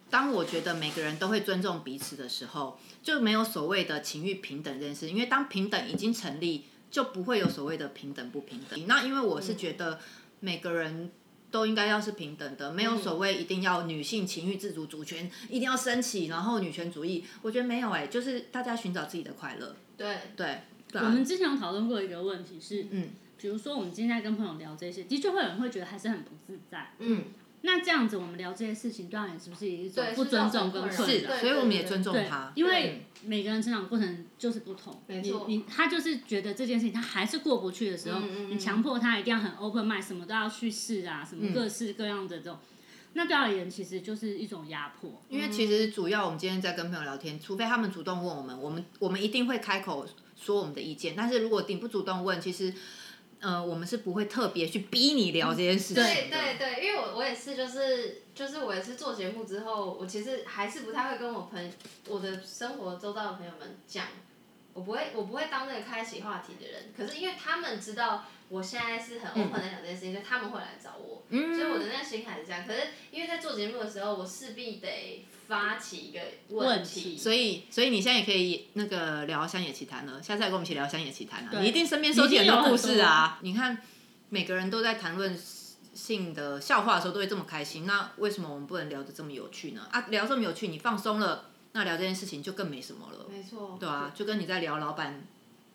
B: 当我觉得每个人都会尊重彼此的时候，就没有所谓的情欲平等这件事。因为当平等已经成立，就不会有所谓的平等不平等。那因为
A: 嗯
B: 我是觉得每个人。都应该要是平等的，没
A: 嗯
B: 有所谓一定要女性情欲自主主权一定要升起，然后女权主义，我觉得没有哎、就是大家寻找自己的快乐。
A: 对
B: 对，对啊
C: 我们之前有讨论过一个问题是，
B: 嗯
C: 比如说我们今天在跟朋友聊这些，的确会有人会觉得还是很不自在。
A: 嗯，
C: 那这样子我们聊这些事情，对他也是不是一种
A: 对
C: 不
A: 是造
C: 尊
A: 成
C: 重跟
A: 困扰
C: 困
B: 是
A: 对
C: 扰？
A: 对，
B: 所以我们也
A: 对
B: 尊重
C: 对
B: 他，
C: 因为每个人成长过程就是不同，
A: 没
C: 你
A: 错
C: 你他就是觉得这件事情他还是过不去的时候，
A: 嗯嗯
C: 你强迫他一定要很 open mind，什么都要去试啊，什么各式各样的这种，那对他而言其实就是一种压迫。
B: 因为其实主要我们今天在跟朋友聊天，除非他们主动问我们，我们我们一定会开口说我们的意见。但是如果你不主动问，其实，呃，我们是不会特别去逼你聊这件事情的。
A: 对对对，因为我我也是，就是就是我也是做节目之后，我其实还是不太会跟我朋我的生活周遭的朋友们讲，我不会我不会当那个开启话题的人。可是因为他们知道我现在是
B: 嗯
A: 很 open 在讲这件事情，所以他们会来找我，所以我的那个心还是这样。可是因为在做节目的时候，我势必得发起一个问
C: 问题
B: 所以，所以你现在也可以那个聊乡野奇谈了，下次来跟我们一起聊乡野奇谈啊！
C: 对
B: 你一定身边收集很多故事啊！你看，每个人都在谈论性的笑话的时候都会这么开心，那为什么我们不能聊得这么有趣呢？啊，聊这么有趣，你放松了，那聊这件事情就更没什么了。
A: 没错，
B: 对啊，就跟你在聊老板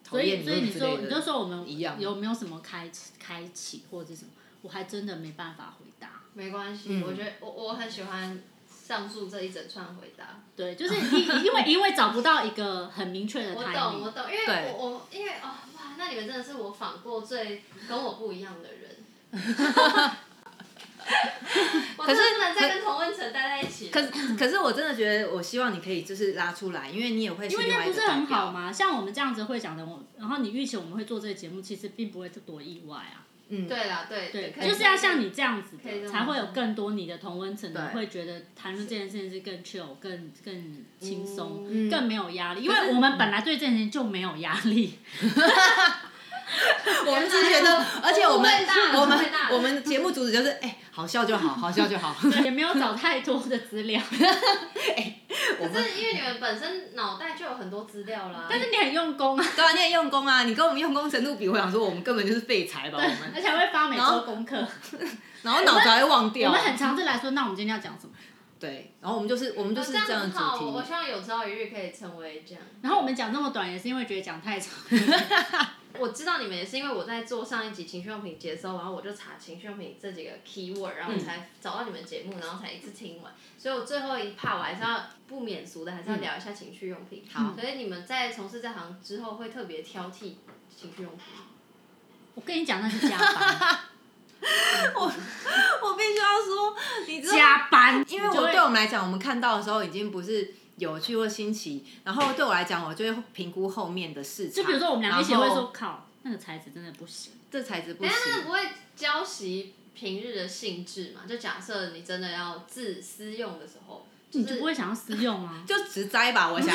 B: 讨
C: 所
B: 厌
C: 以
B: 你
C: 所以你
B: 之类
C: 说你就
B: 的，嗯
C: 说我们
B: 一样
C: 有没有什么开启开启或者是什么？我还真的没办法回答。
A: 没关系，
B: 嗯
A: 我觉得我我很喜欢上述这一整串回答。
C: 对，就是因因为因为找不到一个很明确的
A: 我
C: timing。
A: 懂，我懂，因为
B: 对
A: 我我因为哦哇，那你们真的是我访过最跟我不一样的人。我真的不能再跟同温层待在一起了。
B: 可是可是我真的觉得，我希望你可以就是拉出来，因为你也会是
C: 因为
B: 另
C: 那
B: 外一
C: 不
B: 个
C: 是很
B: 代表
C: 好？吗？像我们这样子会讲的，我然后你预期我们会做这个节目，其实并不会多意外啊。
A: 对啦，对
C: 对，
A: 可以
C: 就是要像你这样子
A: 嗯可以这
C: 的，
A: 么
C: 才会有更多你的同温层的
B: 对
C: 会觉得谈论这件事情是更 chill、更更轻松、
A: 嗯
C: 更没有压力，因为我们本来对这件事情就没有压力。
B: 我们是觉得，而且我们
A: 误会大
B: 我
A: 误
B: 们
A: 会大
B: 我们节目主旨就是，哎、好笑就好，好笑就 好。
C: 也没有找太多的资 料，
B: 我
A: 可
B: 们
A: 是因为你们本身脑袋就有很多资料啦，
C: 但是你很用功啊，
B: 对啊，你也用功啊，你跟我们用功程度比，我想说我们根本就是废材吧，我们，
C: 而且还会发每
B: 然后
C: 周功课。
B: 然后脑子还会忘掉。
C: 我们很强制来说，那我们今天要讲什么？
B: 对，然后我们就是我
C: 哦
B: 们就是
A: 这
B: 这
A: 样
B: 样的
A: 很
B: 主
A: 好。我
B: 题
A: 希。望有朝一日可以成为这样。
C: 然后我们讲那么短，也是因为觉得讲太长。
A: 我知道你们也是因为我在做上一集情趣用品节的时候，然后我就查情趣用品这几个 keyword，然后我
B: 嗯
A: 才找到你们节目，然后才一次听完。所以我最后一 part 我还是要不免俗的，还是要聊一下情趣用品。
B: 嗯好
A: 所以你们在从事这行之后，会特别挑剔情趣用品吗。
B: 嗯
C: 我跟你讲，那是加班，
B: 我必须要说，你知道
C: 加班，
B: 因为
C: 你就
B: 我
C: 会
B: 对我们来讲，我们看到的时候已经不是有趣或新奇，然后对我来讲，我就会评估后面的市场。
C: 就比如说我们两个一起
B: 然
C: 会
B: 后
C: 说，哎靠，那个材质真的不行。
B: 这材质不
A: 等一下那
B: 行
A: 不。会浇熄平日的兴致嘛？就假设你真的要自私用的时候，就
C: 你就是不会想要私用啊？
B: 就植栽吧，我 想，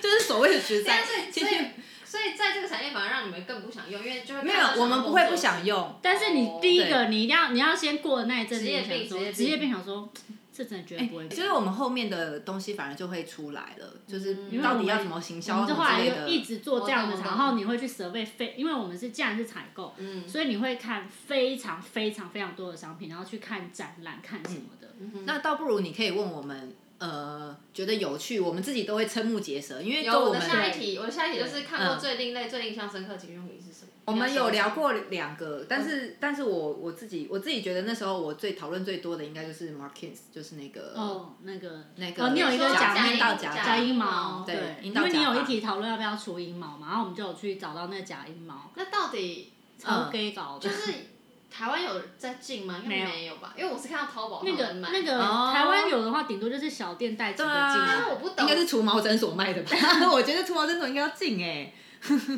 B: 就是所谓的植栽
A: 但 是。
B: 其
A: 所以所
B: 实
A: 以所以在这个产业反而让你们更不想用，因为就会
B: 没
A: 看到什
B: 有，
A: 么
B: 我们不会
A: 工作
B: 不想用。
C: 但是你
A: 哦
C: 第一个，你一定要你要先过了那一阵子，
A: 职业
C: 你
A: 病
C: 想
A: 职
C: 说
A: 业病
C: 职业病，想说这真的绝对不会。
B: 就是我们后面的东西反而就会出来了，就是
A: 因为
B: 到底
C: 我们
B: 要怎么行销
C: 嗯我们
B: 什
C: 就后
B: 么
C: 来
B: 之类
C: 又
B: 的。
C: 一直做这样的
A: 我懂我懂
C: 然后你会去 survey 非，因为我们是既然是采购，
A: 嗯
C: 所以你会看非常非常非常多的商品，然后去看展览，看什么的。
B: 那倒不如你可以问我们，呃，觉得有趣，我们自己都会瞠目结舌，因为跟
A: 有哦我
B: 我
A: 的
B: 们
A: 下一题，我的下一题就是看过
B: 嗯
A: 最另类、最印象深刻的情绪用品是嗯什么？
B: 我们呃有聊过两个，但是、但是我我自己我自己觉得那时候我最讨论最多的应该就是 Markins，就是那个
A: 嗯
C: 哦，那个
B: 那个
C: 哦，你有一个
A: 说
C: 假
A: 假
C: 面
A: 阴
B: 到
A: 假
C: 假
A: 阴
C: 阴毛，
A: 对
C: 对，
B: 阴
C: 因
B: 道
C: 为你
B: 假
C: 有一
B: 发
C: 题讨论要不要除阴毛嘛，然后我们就有去找到那个假阴毛，嗯
A: 那到底
B: 嗯
C: 超 gay 搞的。
A: 就是台湾有在进吗？应该没有吧，因为我是看到淘宝
C: 那个
A: 上面卖
C: 那个
B: 哦
C: 台湾有的话，顶多就是小店带几个进
B: 对啊
A: 但
C: 来
A: 是。我不懂，
B: 应该是除毛诊所卖的吧？我觉得除毛诊所应该要进哎、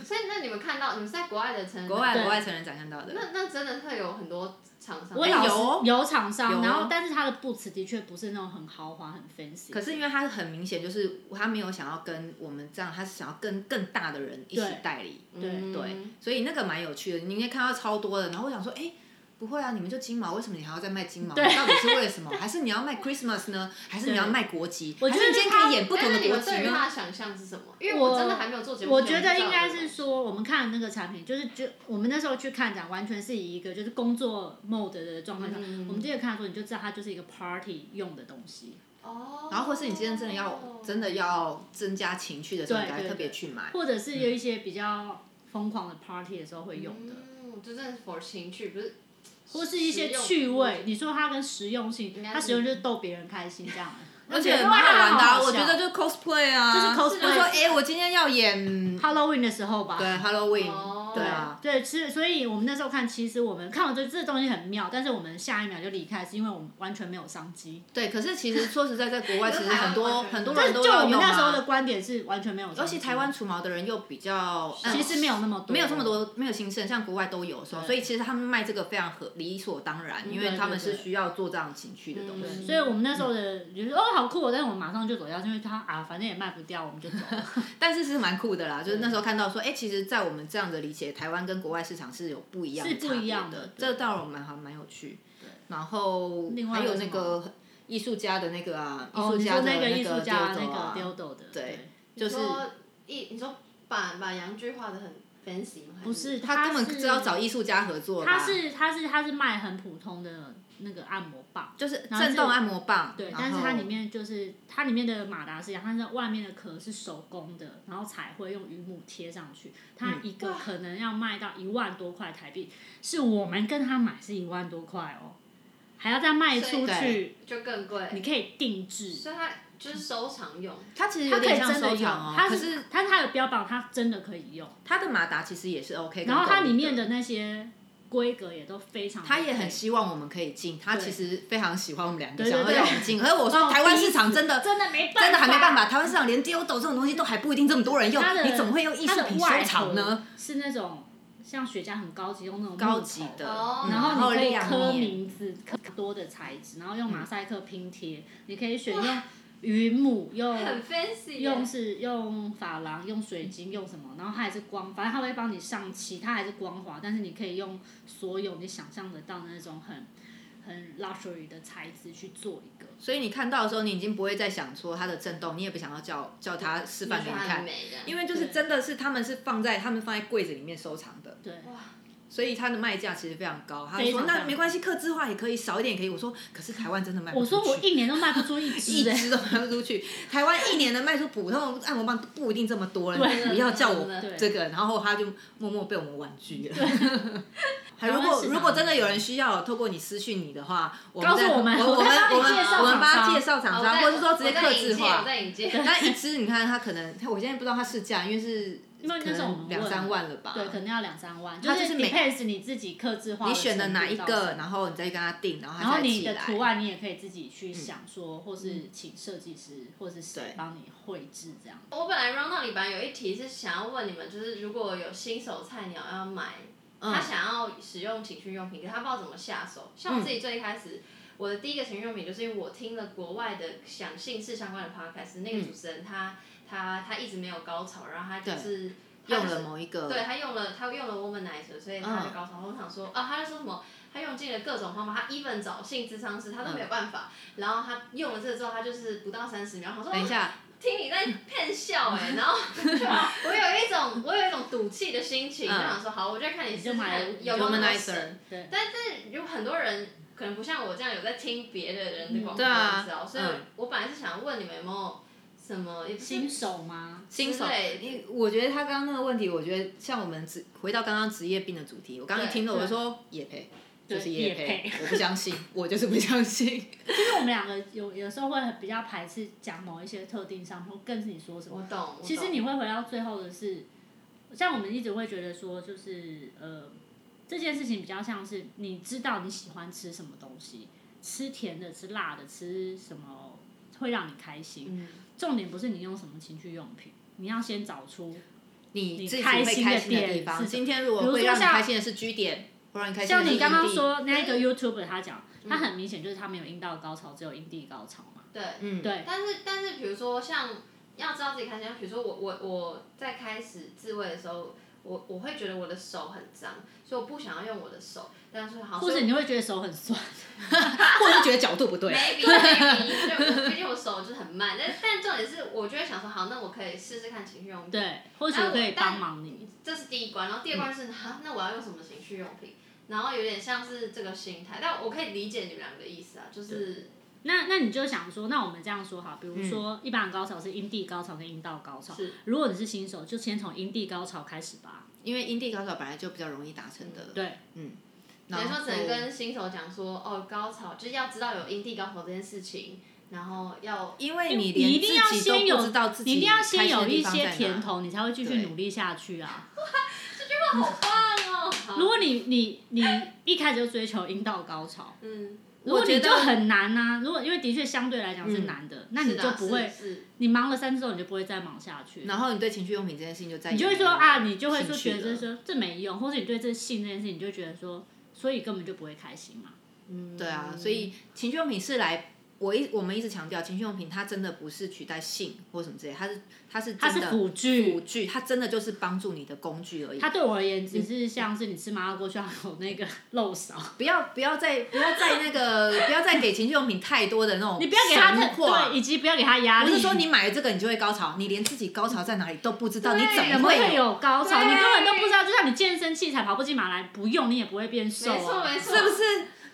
A: 所以那你们看到你们是在国外的成人
B: 国外
C: 对
B: 国外成人展看到的，
A: 那那真的会有很多厂商，哎
C: 我
B: 也
C: 老
B: 有
C: 实
B: 哦
C: 有厂商，
B: 有
C: 然
B: 哦
C: 后但是它的 boots 的确不是那种很豪华、很 fancy。
B: 可是因为他很明显就是他没有想要跟我们这样，他是想要跟更大的人一起
C: 对
B: 代理，
C: 对
A: 嗯
B: 对，所以那个蛮有趣的，你应该看到超多的。然后我想说，哎、不会啊，你们就金毛，为什么你还要再卖金毛？到底是为什么？ 还是你要卖 Christmas 呢？还是你要卖国籍？
C: 我觉得
B: 还是你今天可以演不
A: 那
B: 同
A: 那
B: 的
A: 你
B: 国
A: 们
B: 籍
A: 对于
B: 呢
A: 他？的想象是什么？因为
C: 我
A: 我真的还没有做节目，
C: 我
A: 所以
C: 觉
A: 不知道
C: 得应该是
A: 这个
C: 说，我们看的那个产品，就是就我们那时候去看展，完全是以一个就是工作 mode 的状态下，
A: 嗯
C: 我们这个看的时候，你就知道它就是一个 party 用的东西。
A: 哦，
B: 然后或是你今天真的要真的要增加情趣的时候，
C: 哦对
B: 你才
C: 对
B: 特别
C: 对
B: 去买。
C: 或者是有一些比较疯狂的 party 的时候会用的，
A: 嗯，就真的是 for 情趣，不是
C: 或是一些趣味。你说它跟实用性
A: 应该，是
C: 它实用就是逗别人开心这样，
B: 而且蛮好玩的、啊，
C: 哇
B: 我觉得就 cosplay 啊，
C: 就是 cosplay
B: 就说哎、我今天要演
C: Halloween 的时候吧。
B: 对 Halloween，、
A: 哦
B: 对啊，
C: 对，是，所以我们那时候看，其实我们看完之后，这东西很妙，但是我们下一秒就离开，是因为我们完全没有商机。
B: 对。可是其实说实在，在国外其实很
A: 台
B: 多
A: 湾完全
B: 很多
C: 就
B: 人都
C: 就
B: 要
C: 我们
B: 用
C: 那时候的
B: 啊，
C: 观点是完全没有商机，
B: 尤其台湾除毛的人又比较，嗯
C: 其实没有那么多，
B: 没有这么多，没有兴盛，像国外都有的时候，
C: 对嗯
B: 所以其实他们卖这个非常合理所当然，因为他们
C: 对
B: 是
C: 对
B: 需要做这样情趣的东
A: 嗯
B: 西。
C: 所以我们那时候的就是哦好酷、哦，但是我们马上就走掉，因为他啊反正也卖不掉，我们就走 了。
B: 但是是蛮酷的啦，就是那时候看到说，哎，其实，在我们这样的理解，台湾跟国外市场是有不一样的
C: 是不一样
B: 差别
C: 的
B: 的，
C: 对
B: 这倒蛮好，蛮有趣。然后
C: 另外
B: 还有
C: 还有
B: 那
C: 什么
B: 个艺术家的那个啊，艺
C: 哦，
B: 术
C: 你
B: 家
C: 说
B: 的
C: 那个艺
B: 那
C: 术家
B: 丢走
C: 那
B: 啊
C: 个 dildo 的，对，
B: 就是
A: 说一你说把把洋剧画的很 fancy 吗？还
C: 不是
B: 他根本
C: 是
B: 知道找艺术家合作吧，
C: 他是他是他是卖很普通的那个按摩棒，
B: 就是
C: 然后
B: 震动按摩棒，
C: 对，
B: 然
C: 但是它
B: 后
C: 里面就是它里面的马达是一样，它是外面的壳是手工的，然后彩绘用鱼母贴上去，它
B: 嗯
C: 一个可能要卖到一万多块台币，是我们跟他买是一万多块哦，还要再卖出
B: 所以
C: 去，
A: 就更
C: 你
A: 贵，
C: 可以定制，
A: 所以它就是收藏用，
B: 他其实
C: 它
B: 有
C: 可以
B: 点像
C: 真的
B: 收
C: 用，
B: 藏哦，
C: 它
B: 可
C: 是
B: 是
C: 它它有标榜它真的可以用，
B: 他的马达其实也是 OK，
C: 然后它里面
B: 的。
C: 的那些规格也都非常，
B: 他也很希望我们可以进，他其实非常喜欢我们两个，
C: 对对
B: 想要
C: 对哦
B: 让我们进。可是我说台湾市场真的
C: 真的没办法，
B: 真的还没办法，台湾市场连 dildo 这种东西都还不一定这么多人用
C: 它的，
B: 你怎么会用艺术品收藏
C: 它的外
B: 呢
C: 壳？是那种像雪茄很高级，用那种木头
B: 高级的，
A: 哦
B: 嗯
C: 然后你可以
B: 亮
C: 刻
B: 面
C: 名字，刻多的材质，然后用马赛克拼贴，你可以选用云母，用
B: 嗯
A: 很 fancy，耶
C: 用是用珐琅，用水晶，用什么，然后它还是光，反正它会帮你上漆，它还是光滑，但是你可以用所有你想象得到的那种很很 luxury 的材质去做一个。
B: 所以你看到的时候，你已经不会再想说它的震动，你也不想要叫叫他示范给你
A: 就是它很
B: 看，
A: 美的，
B: 因为就是
C: 对
B: 真的是他们是放在他们放在柜子里面收藏的，
C: 对，
A: 哇，
B: 所以它的卖价其实非常高。他就
C: 非
B: 说
C: 常
B: 那
C: 高
B: 没关系，客制化也可以，少一点也可以。我说可是台湾真的卖不
C: 我说
B: 出
C: 我
B: 去
C: 一年都卖不出一
B: 一
C: 只、欸，
B: 只都卖不出 去。台湾一年能卖出普通的按摩棒不一定这么多了，你不要叫我
A: 对
B: 这个，然后他就默默被我们婉拒了。 还如
C: 台湾
B: 果
C: 市场
B: 如果真的有人需要透过你私讯你的话，我们
C: 告诉
B: 再
C: 我们
B: 我
C: 我
B: 我们
C: 再帮你
B: 我们
C: 介绍
B: 我们帮
C: 厂
B: 他
C: 商
B: 介绍厂
A: 我
B: 商，
A: 在
B: 或是说直接
A: 我在
B: 客
A: 引
B: 制
A: 荐我
B: 化。
A: 在引荐，
B: 但一支你看它可能，我现在不知道它市价，因为是
C: 因为
B: 可
C: 那时候我们
B: 能
C: 问
B: 两三万了吧。
C: 对，可能要两三万，
B: 它就是
C: 是
B: 每
C: depends 你自己克制化的
B: 你选的哪一
C: 程度到什
B: 个，
C: 么
B: 然后你再去跟他定，然后
C: 然
B: 他
C: 后
B: 才
C: 你
B: 起
C: 的
B: 来。嗯
C: 图案你也可以自己去想说，或是请设计师或是谁
B: 对
C: 帮你绘制这样。
A: 我本来 round 到里边有一题是想要问你们，就是如果有新手菜鸟要买，
B: 嗯
A: 他想要使用情趣用品，可是他不知道怎么下手。像我自
B: 嗯
A: 己最开始，我的第一个情趣用品就是因为我听了国外的想性事相关的 podcast，那个
B: 嗯
A: 主持人他、他他一直没有高潮，然后他就是
B: 用了某一个，
A: 对他用了他用了 womanizer，所以
B: 嗯
A: 他就高潮。我想说啊，他就说什么，他用尽了各种方法，他 even 找性智商师他都
B: 嗯
A: 没有办法。然后他用了这个之后，他就是不到三十秒，我说
B: 等一下，
A: 听你在骗笑哎、然后 我有一种我有一种赌气的心情，就想说好，我就看你是
C: 就买了
A: 有没有那么
B: 嗯 womanizer
A: 神。
C: 对，
A: 但是有很多人可能不像我这样有在听别的人
C: 嗯
A: 的广播，
B: 对啊
A: 你知道，所以
B: 嗯
A: 我本来是想问你们有没有什么也不是
C: 新手吗？
B: 新手
A: 之类，的
B: 因为我觉得他刚刚那个问题，我觉得像我们职回到刚刚职业病的主题，我刚刚一听了，我
C: 对
B: 就说也配，就是也
C: 业
B: 配
C: 配，
B: 我不相信，我就是不相 信。
C: 就是我们两个有有时候会很比较排斥讲某一些特定商品，或更是你说什
A: 我
C: 么。
A: 懂，我懂
C: 其实你会回到最后的是，像我们一直会觉得说，就是呃，这件事情比较像是你知道你喜欢吃什么东西，吃甜的、吃辣的、吃什么会让你开心。
A: 嗯
C: 重点不是你用什么情趣用品，你要先找出
B: 你自己
C: 开
B: 会
C: 心
B: 开
C: 的
B: 心的地
C: 点
B: 方。
C: 是什
B: 今天如果
C: 比如
B: 会
C: 说
B: 让你
C: 像
B: 开心的是 G 点，会让你开心的
C: 像
B: 是
C: 你刚刚
B: indie
C: 说那个 YouTuber 他讲，他很明显就是他没有阴道高潮，只有阴蒂高潮嘛。
A: 嗯对，
B: 嗯
C: 对
A: 但是但是比如说像要知道自己开心，比如说我我我在开始自慰的时候，我我会觉得我的手很脏，所以我不想要用我的手，但是好
C: 或者
A: 所以
C: 你会觉得手很酸，
B: 或者是觉得角度不对，啊
A: maybe maybe，就我毕 竟我手就是很慢，但但重点是，我就会想说，好，那我可以试试看情趣用品，
C: 对，或许
A: 那
C: 我
A: 啊我
C: 可以
A: 但
C: 帮忙你。
A: 这是第一关，然后第二关是，哈、那我要用什么情趣用品？然后有点像是这个心态，但我可以理解你们两个的意思啊，就是
C: 那那你就想说，那我们这样说好，比
B: 嗯
C: 如说一般的高潮是阴蒂高潮跟阴道高潮
A: 是，
C: 如果你是新手，就先从阴蒂高潮开始吧。
B: 因为阴蒂高潮本来就比较容易达成的。
C: 嗯
B: 嗯
C: 对，
A: 等
B: 然
A: 于
B: 后
A: 说只能跟新手讲说，哦，高潮就是要知道有阴蒂高潮这件事情，然后要
B: 因为你
C: 你一
B: 连
C: 定要
B: 自己
C: 先
B: 都
C: 有
B: 不知道自己
C: 你一定要
B: 开
C: 先
B: 心的
C: 有一
B: 地方在
C: 些
B: 哪
C: 甜头，你才会继续
B: 对
C: 努力下去啊。
A: 棒哦，
C: 如
A: 好，
C: 果你你你一开始就追求阴道高潮，
A: 嗯，
C: 如果
B: 我觉
C: 你
B: 得嗯
C: 就很难呐、如果因为的确相对来讲是难的，那你
A: 是的
C: 就
A: 啊
C: 不会，
A: 是是
C: 你忙了三次之后你就不会再忙下去。
B: 然后你对情趣用品这件事情就在
C: 你就会说啊，你就会说觉得
B: 是
C: 说这没用，或者你对这性这件事情你就觉得说，所以根本就不会开心嘛。
B: 对
C: 嗯
B: 啊，所以情趣用品是来。我一我们一直强调，情趣用品它真的不是取代性或什么之类，它是它是
C: 它
B: 真
C: 是
B: 的
C: 辅
B: 辅
C: 具，
B: 具，它真的就是帮助你的工具而已。
C: 它对我而言只是像是你吃麻辣锅需要有那个漏勺，
B: 不要不要再不要再那个不要再给情趣用品太多的那种，
C: 你不要给它
B: 太
C: 太对，以及不要给它压
B: 不
C: 力。
B: 是说你买了这个你就会高潮，你连自己高潮在哪里都不知道，你怎
C: 怎
B: 么
C: 么会
B: 会有？
C: 有高潮？
B: 对
C: 你根本都不知道，就像你健身器材、跑步机买来不用，你也不会变瘦、啊。
A: 没错没错，
B: 是不是？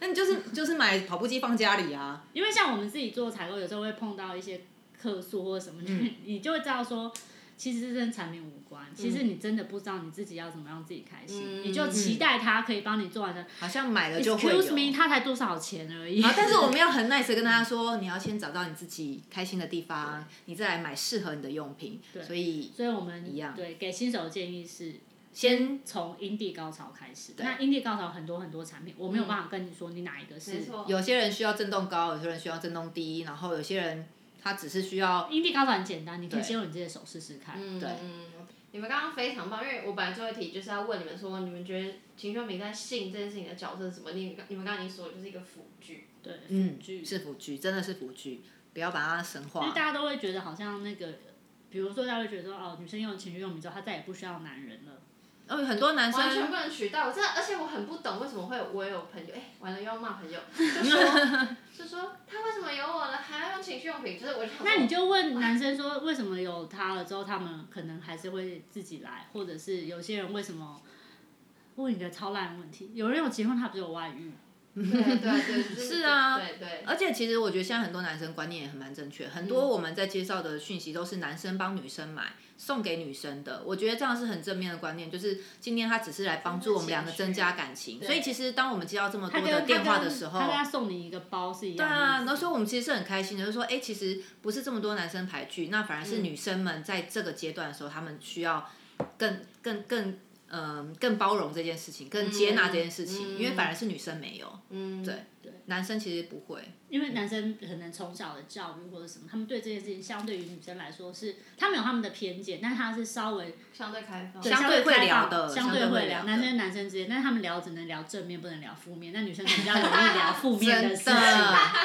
B: 那你就是就是买跑步机放家里啊，
C: 因为像我们自己做采购，有时候会碰到一些客诉或者什么，你就会知道说，其实这跟产品无关。其实你真的不知道你自己要怎么让自己开心，
A: 嗯
C: 你就期待他可以帮你做完的。
B: 好像买了就会有。
C: Excuse me，他才多少钱而已。
B: 啊，但是我们要很 nice 地跟大家说，你要先找到你自己开心的地方，你再来买适合你的用品。所以
C: 所以我们
B: 一样
C: 对给新手的建议是。
B: 先
C: 从阴蒂高潮开始，那阴蒂高潮很多很多产品，我
B: 嗯
C: 没有办法跟你说你哪一个是
A: 没。错，
B: 有些人需要震动高，有些人需要震动低，然后有些人他只是需要
C: 阴蒂高潮很简单，你可以先用你自己的手试试看。
A: 嗯，
B: 对
A: 嗯你们刚刚非常棒，因为我本来最后一题就是要问你们说，你们觉得情趣用品在性这件事情的角色是什么？你你们刚刚已经说了，就是一个辅具，
C: 对，
B: 嗯
C: 辅具
B: 是辅具，真的是辅具，不要把它神
C: 因
B: 化。
C: 为大家都会觉得好像那个，比如说大家会觉得说哦，女生用情趣用品之后，她再也不需要男人了。
B: 哦，很多男
A: 完全
B: 生
A: 不能取代。我真的，而且我很不懂为什么会有我有朋友，哎、完了又要骂朋 友，就说就说他为什么有我了，还要用情趣用品？就是我就想说
C: 那你就问男生说，为什么有他了之后，他们可能还是会自己来，或者是有些人为什么？问一个超烂的问题，有人有结婚，他不是有外遇？
A: 对 对对，就是
B: 啊
A: 对对，
B: 而且其实我觉得现在很多男生观念也很蛮正确，很
C: 嗯
B: 多我们在介绍的讯息都是男生帮女生买，送给女生的。我觉得这样是很正面的观念，就是今天他只是来帮助我们两个增加感情。所以其实当我们接到这么多
C: 他
B: 的
C: 跟
B: 电话的时候
C: 他。跟他送你一个包是一样的意思。
B: 啊，然后所以我们其实是很开心的，就是说，哎，其实不是这么多男生排拒，那反而
C: 嗯
B: 是女生们在这个阶段的时候，他们需要更更更嗯、更包容这件事情，更接纳这件事情，
A: 嗯
B: 因为反而是女生没有，
A: 嗯，对。
B: 男生其实不会。
C: 因为男生可能从小的教育或者什么，他们对这件事情相对于女生来说是，他们有他们的偏见，但他是稍微
A: 相对开放，
B: 相对会聊的
C: 相
B: 相对会
C: 会
B: 聊的
C: 男生跟男生之间，但是他们聊只能聊正面，不能聊负面。那女生可能比较容易聊负面
B: 真
C: 的事情。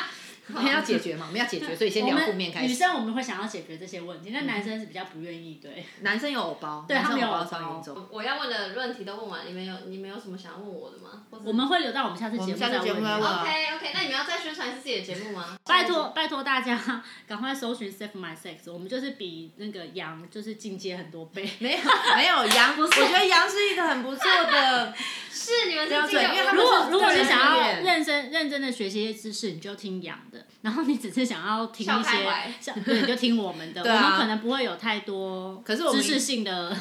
B: 我们要解决嘛，我们要解决，所以先聊负面开
C: 女
B: 始。
C: 生我们会想要解决这些问题，但男生是比较不愿意对。
B: 嗯男生有偶包，
C: 对
B: 男
C: 他
B: 生
C: 们有
B: 偶包
C: 偶包
B: 超严 重。
A: 我要问的问题都问完，你们有你们有什么想问我的吗？或者
C: 我们会留到我们下次节目
B: 我们下
C: 再
B: 次节目
C: 问
B: 再
C: 你哦
B: 问。啊
A: OK OK，那你们要再宣传一次自己的节目吗？
C: 拜托，拜托大家， 赶快搜寻 Save My Sex，我们就是比那个羊就是进阶很多倍。
B: 没有没有杨，我觉得杨是一个很不错 的，
A: 是你们是
B: 对因为他们
C: 如
B: 是
C: 果如果
B: 个
C: 你
B: 人
C: 想
B: 意
C: 要
B: 愿
C: 认真认真的学习一些知识，你就听养的；然后你只是想要听
A: 笑
C: 一
A: 开
C: 些
A: 怀，
C: 像对，你就听我们的。
B: 啊
C: 我们可能不会有太多
B: 可是我们
C: 知识性的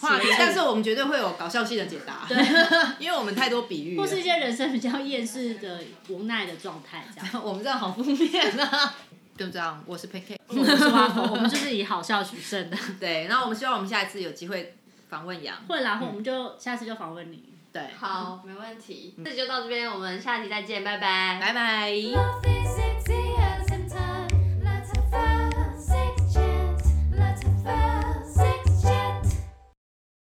B: 话题
C: 节目，
B: 但是我们绝对会有搞笑系的解答， 因为我们太多比喻了
C: 或。是一些人生比较厌世的无奈的状态这 样。
B: 我们这样好负面啊， 就这样。我是 PK，
C: 我是挖头，我们就是以好笑取胜的。
B: 对。然后我们希望我们下一次有机会访问杨，
C: 会啦，我们就下次就访问你。
B: 对，
A: 好，没问题，这集就到这边，我们下期再见，拜拜。
B: 拜拜。
D: Love me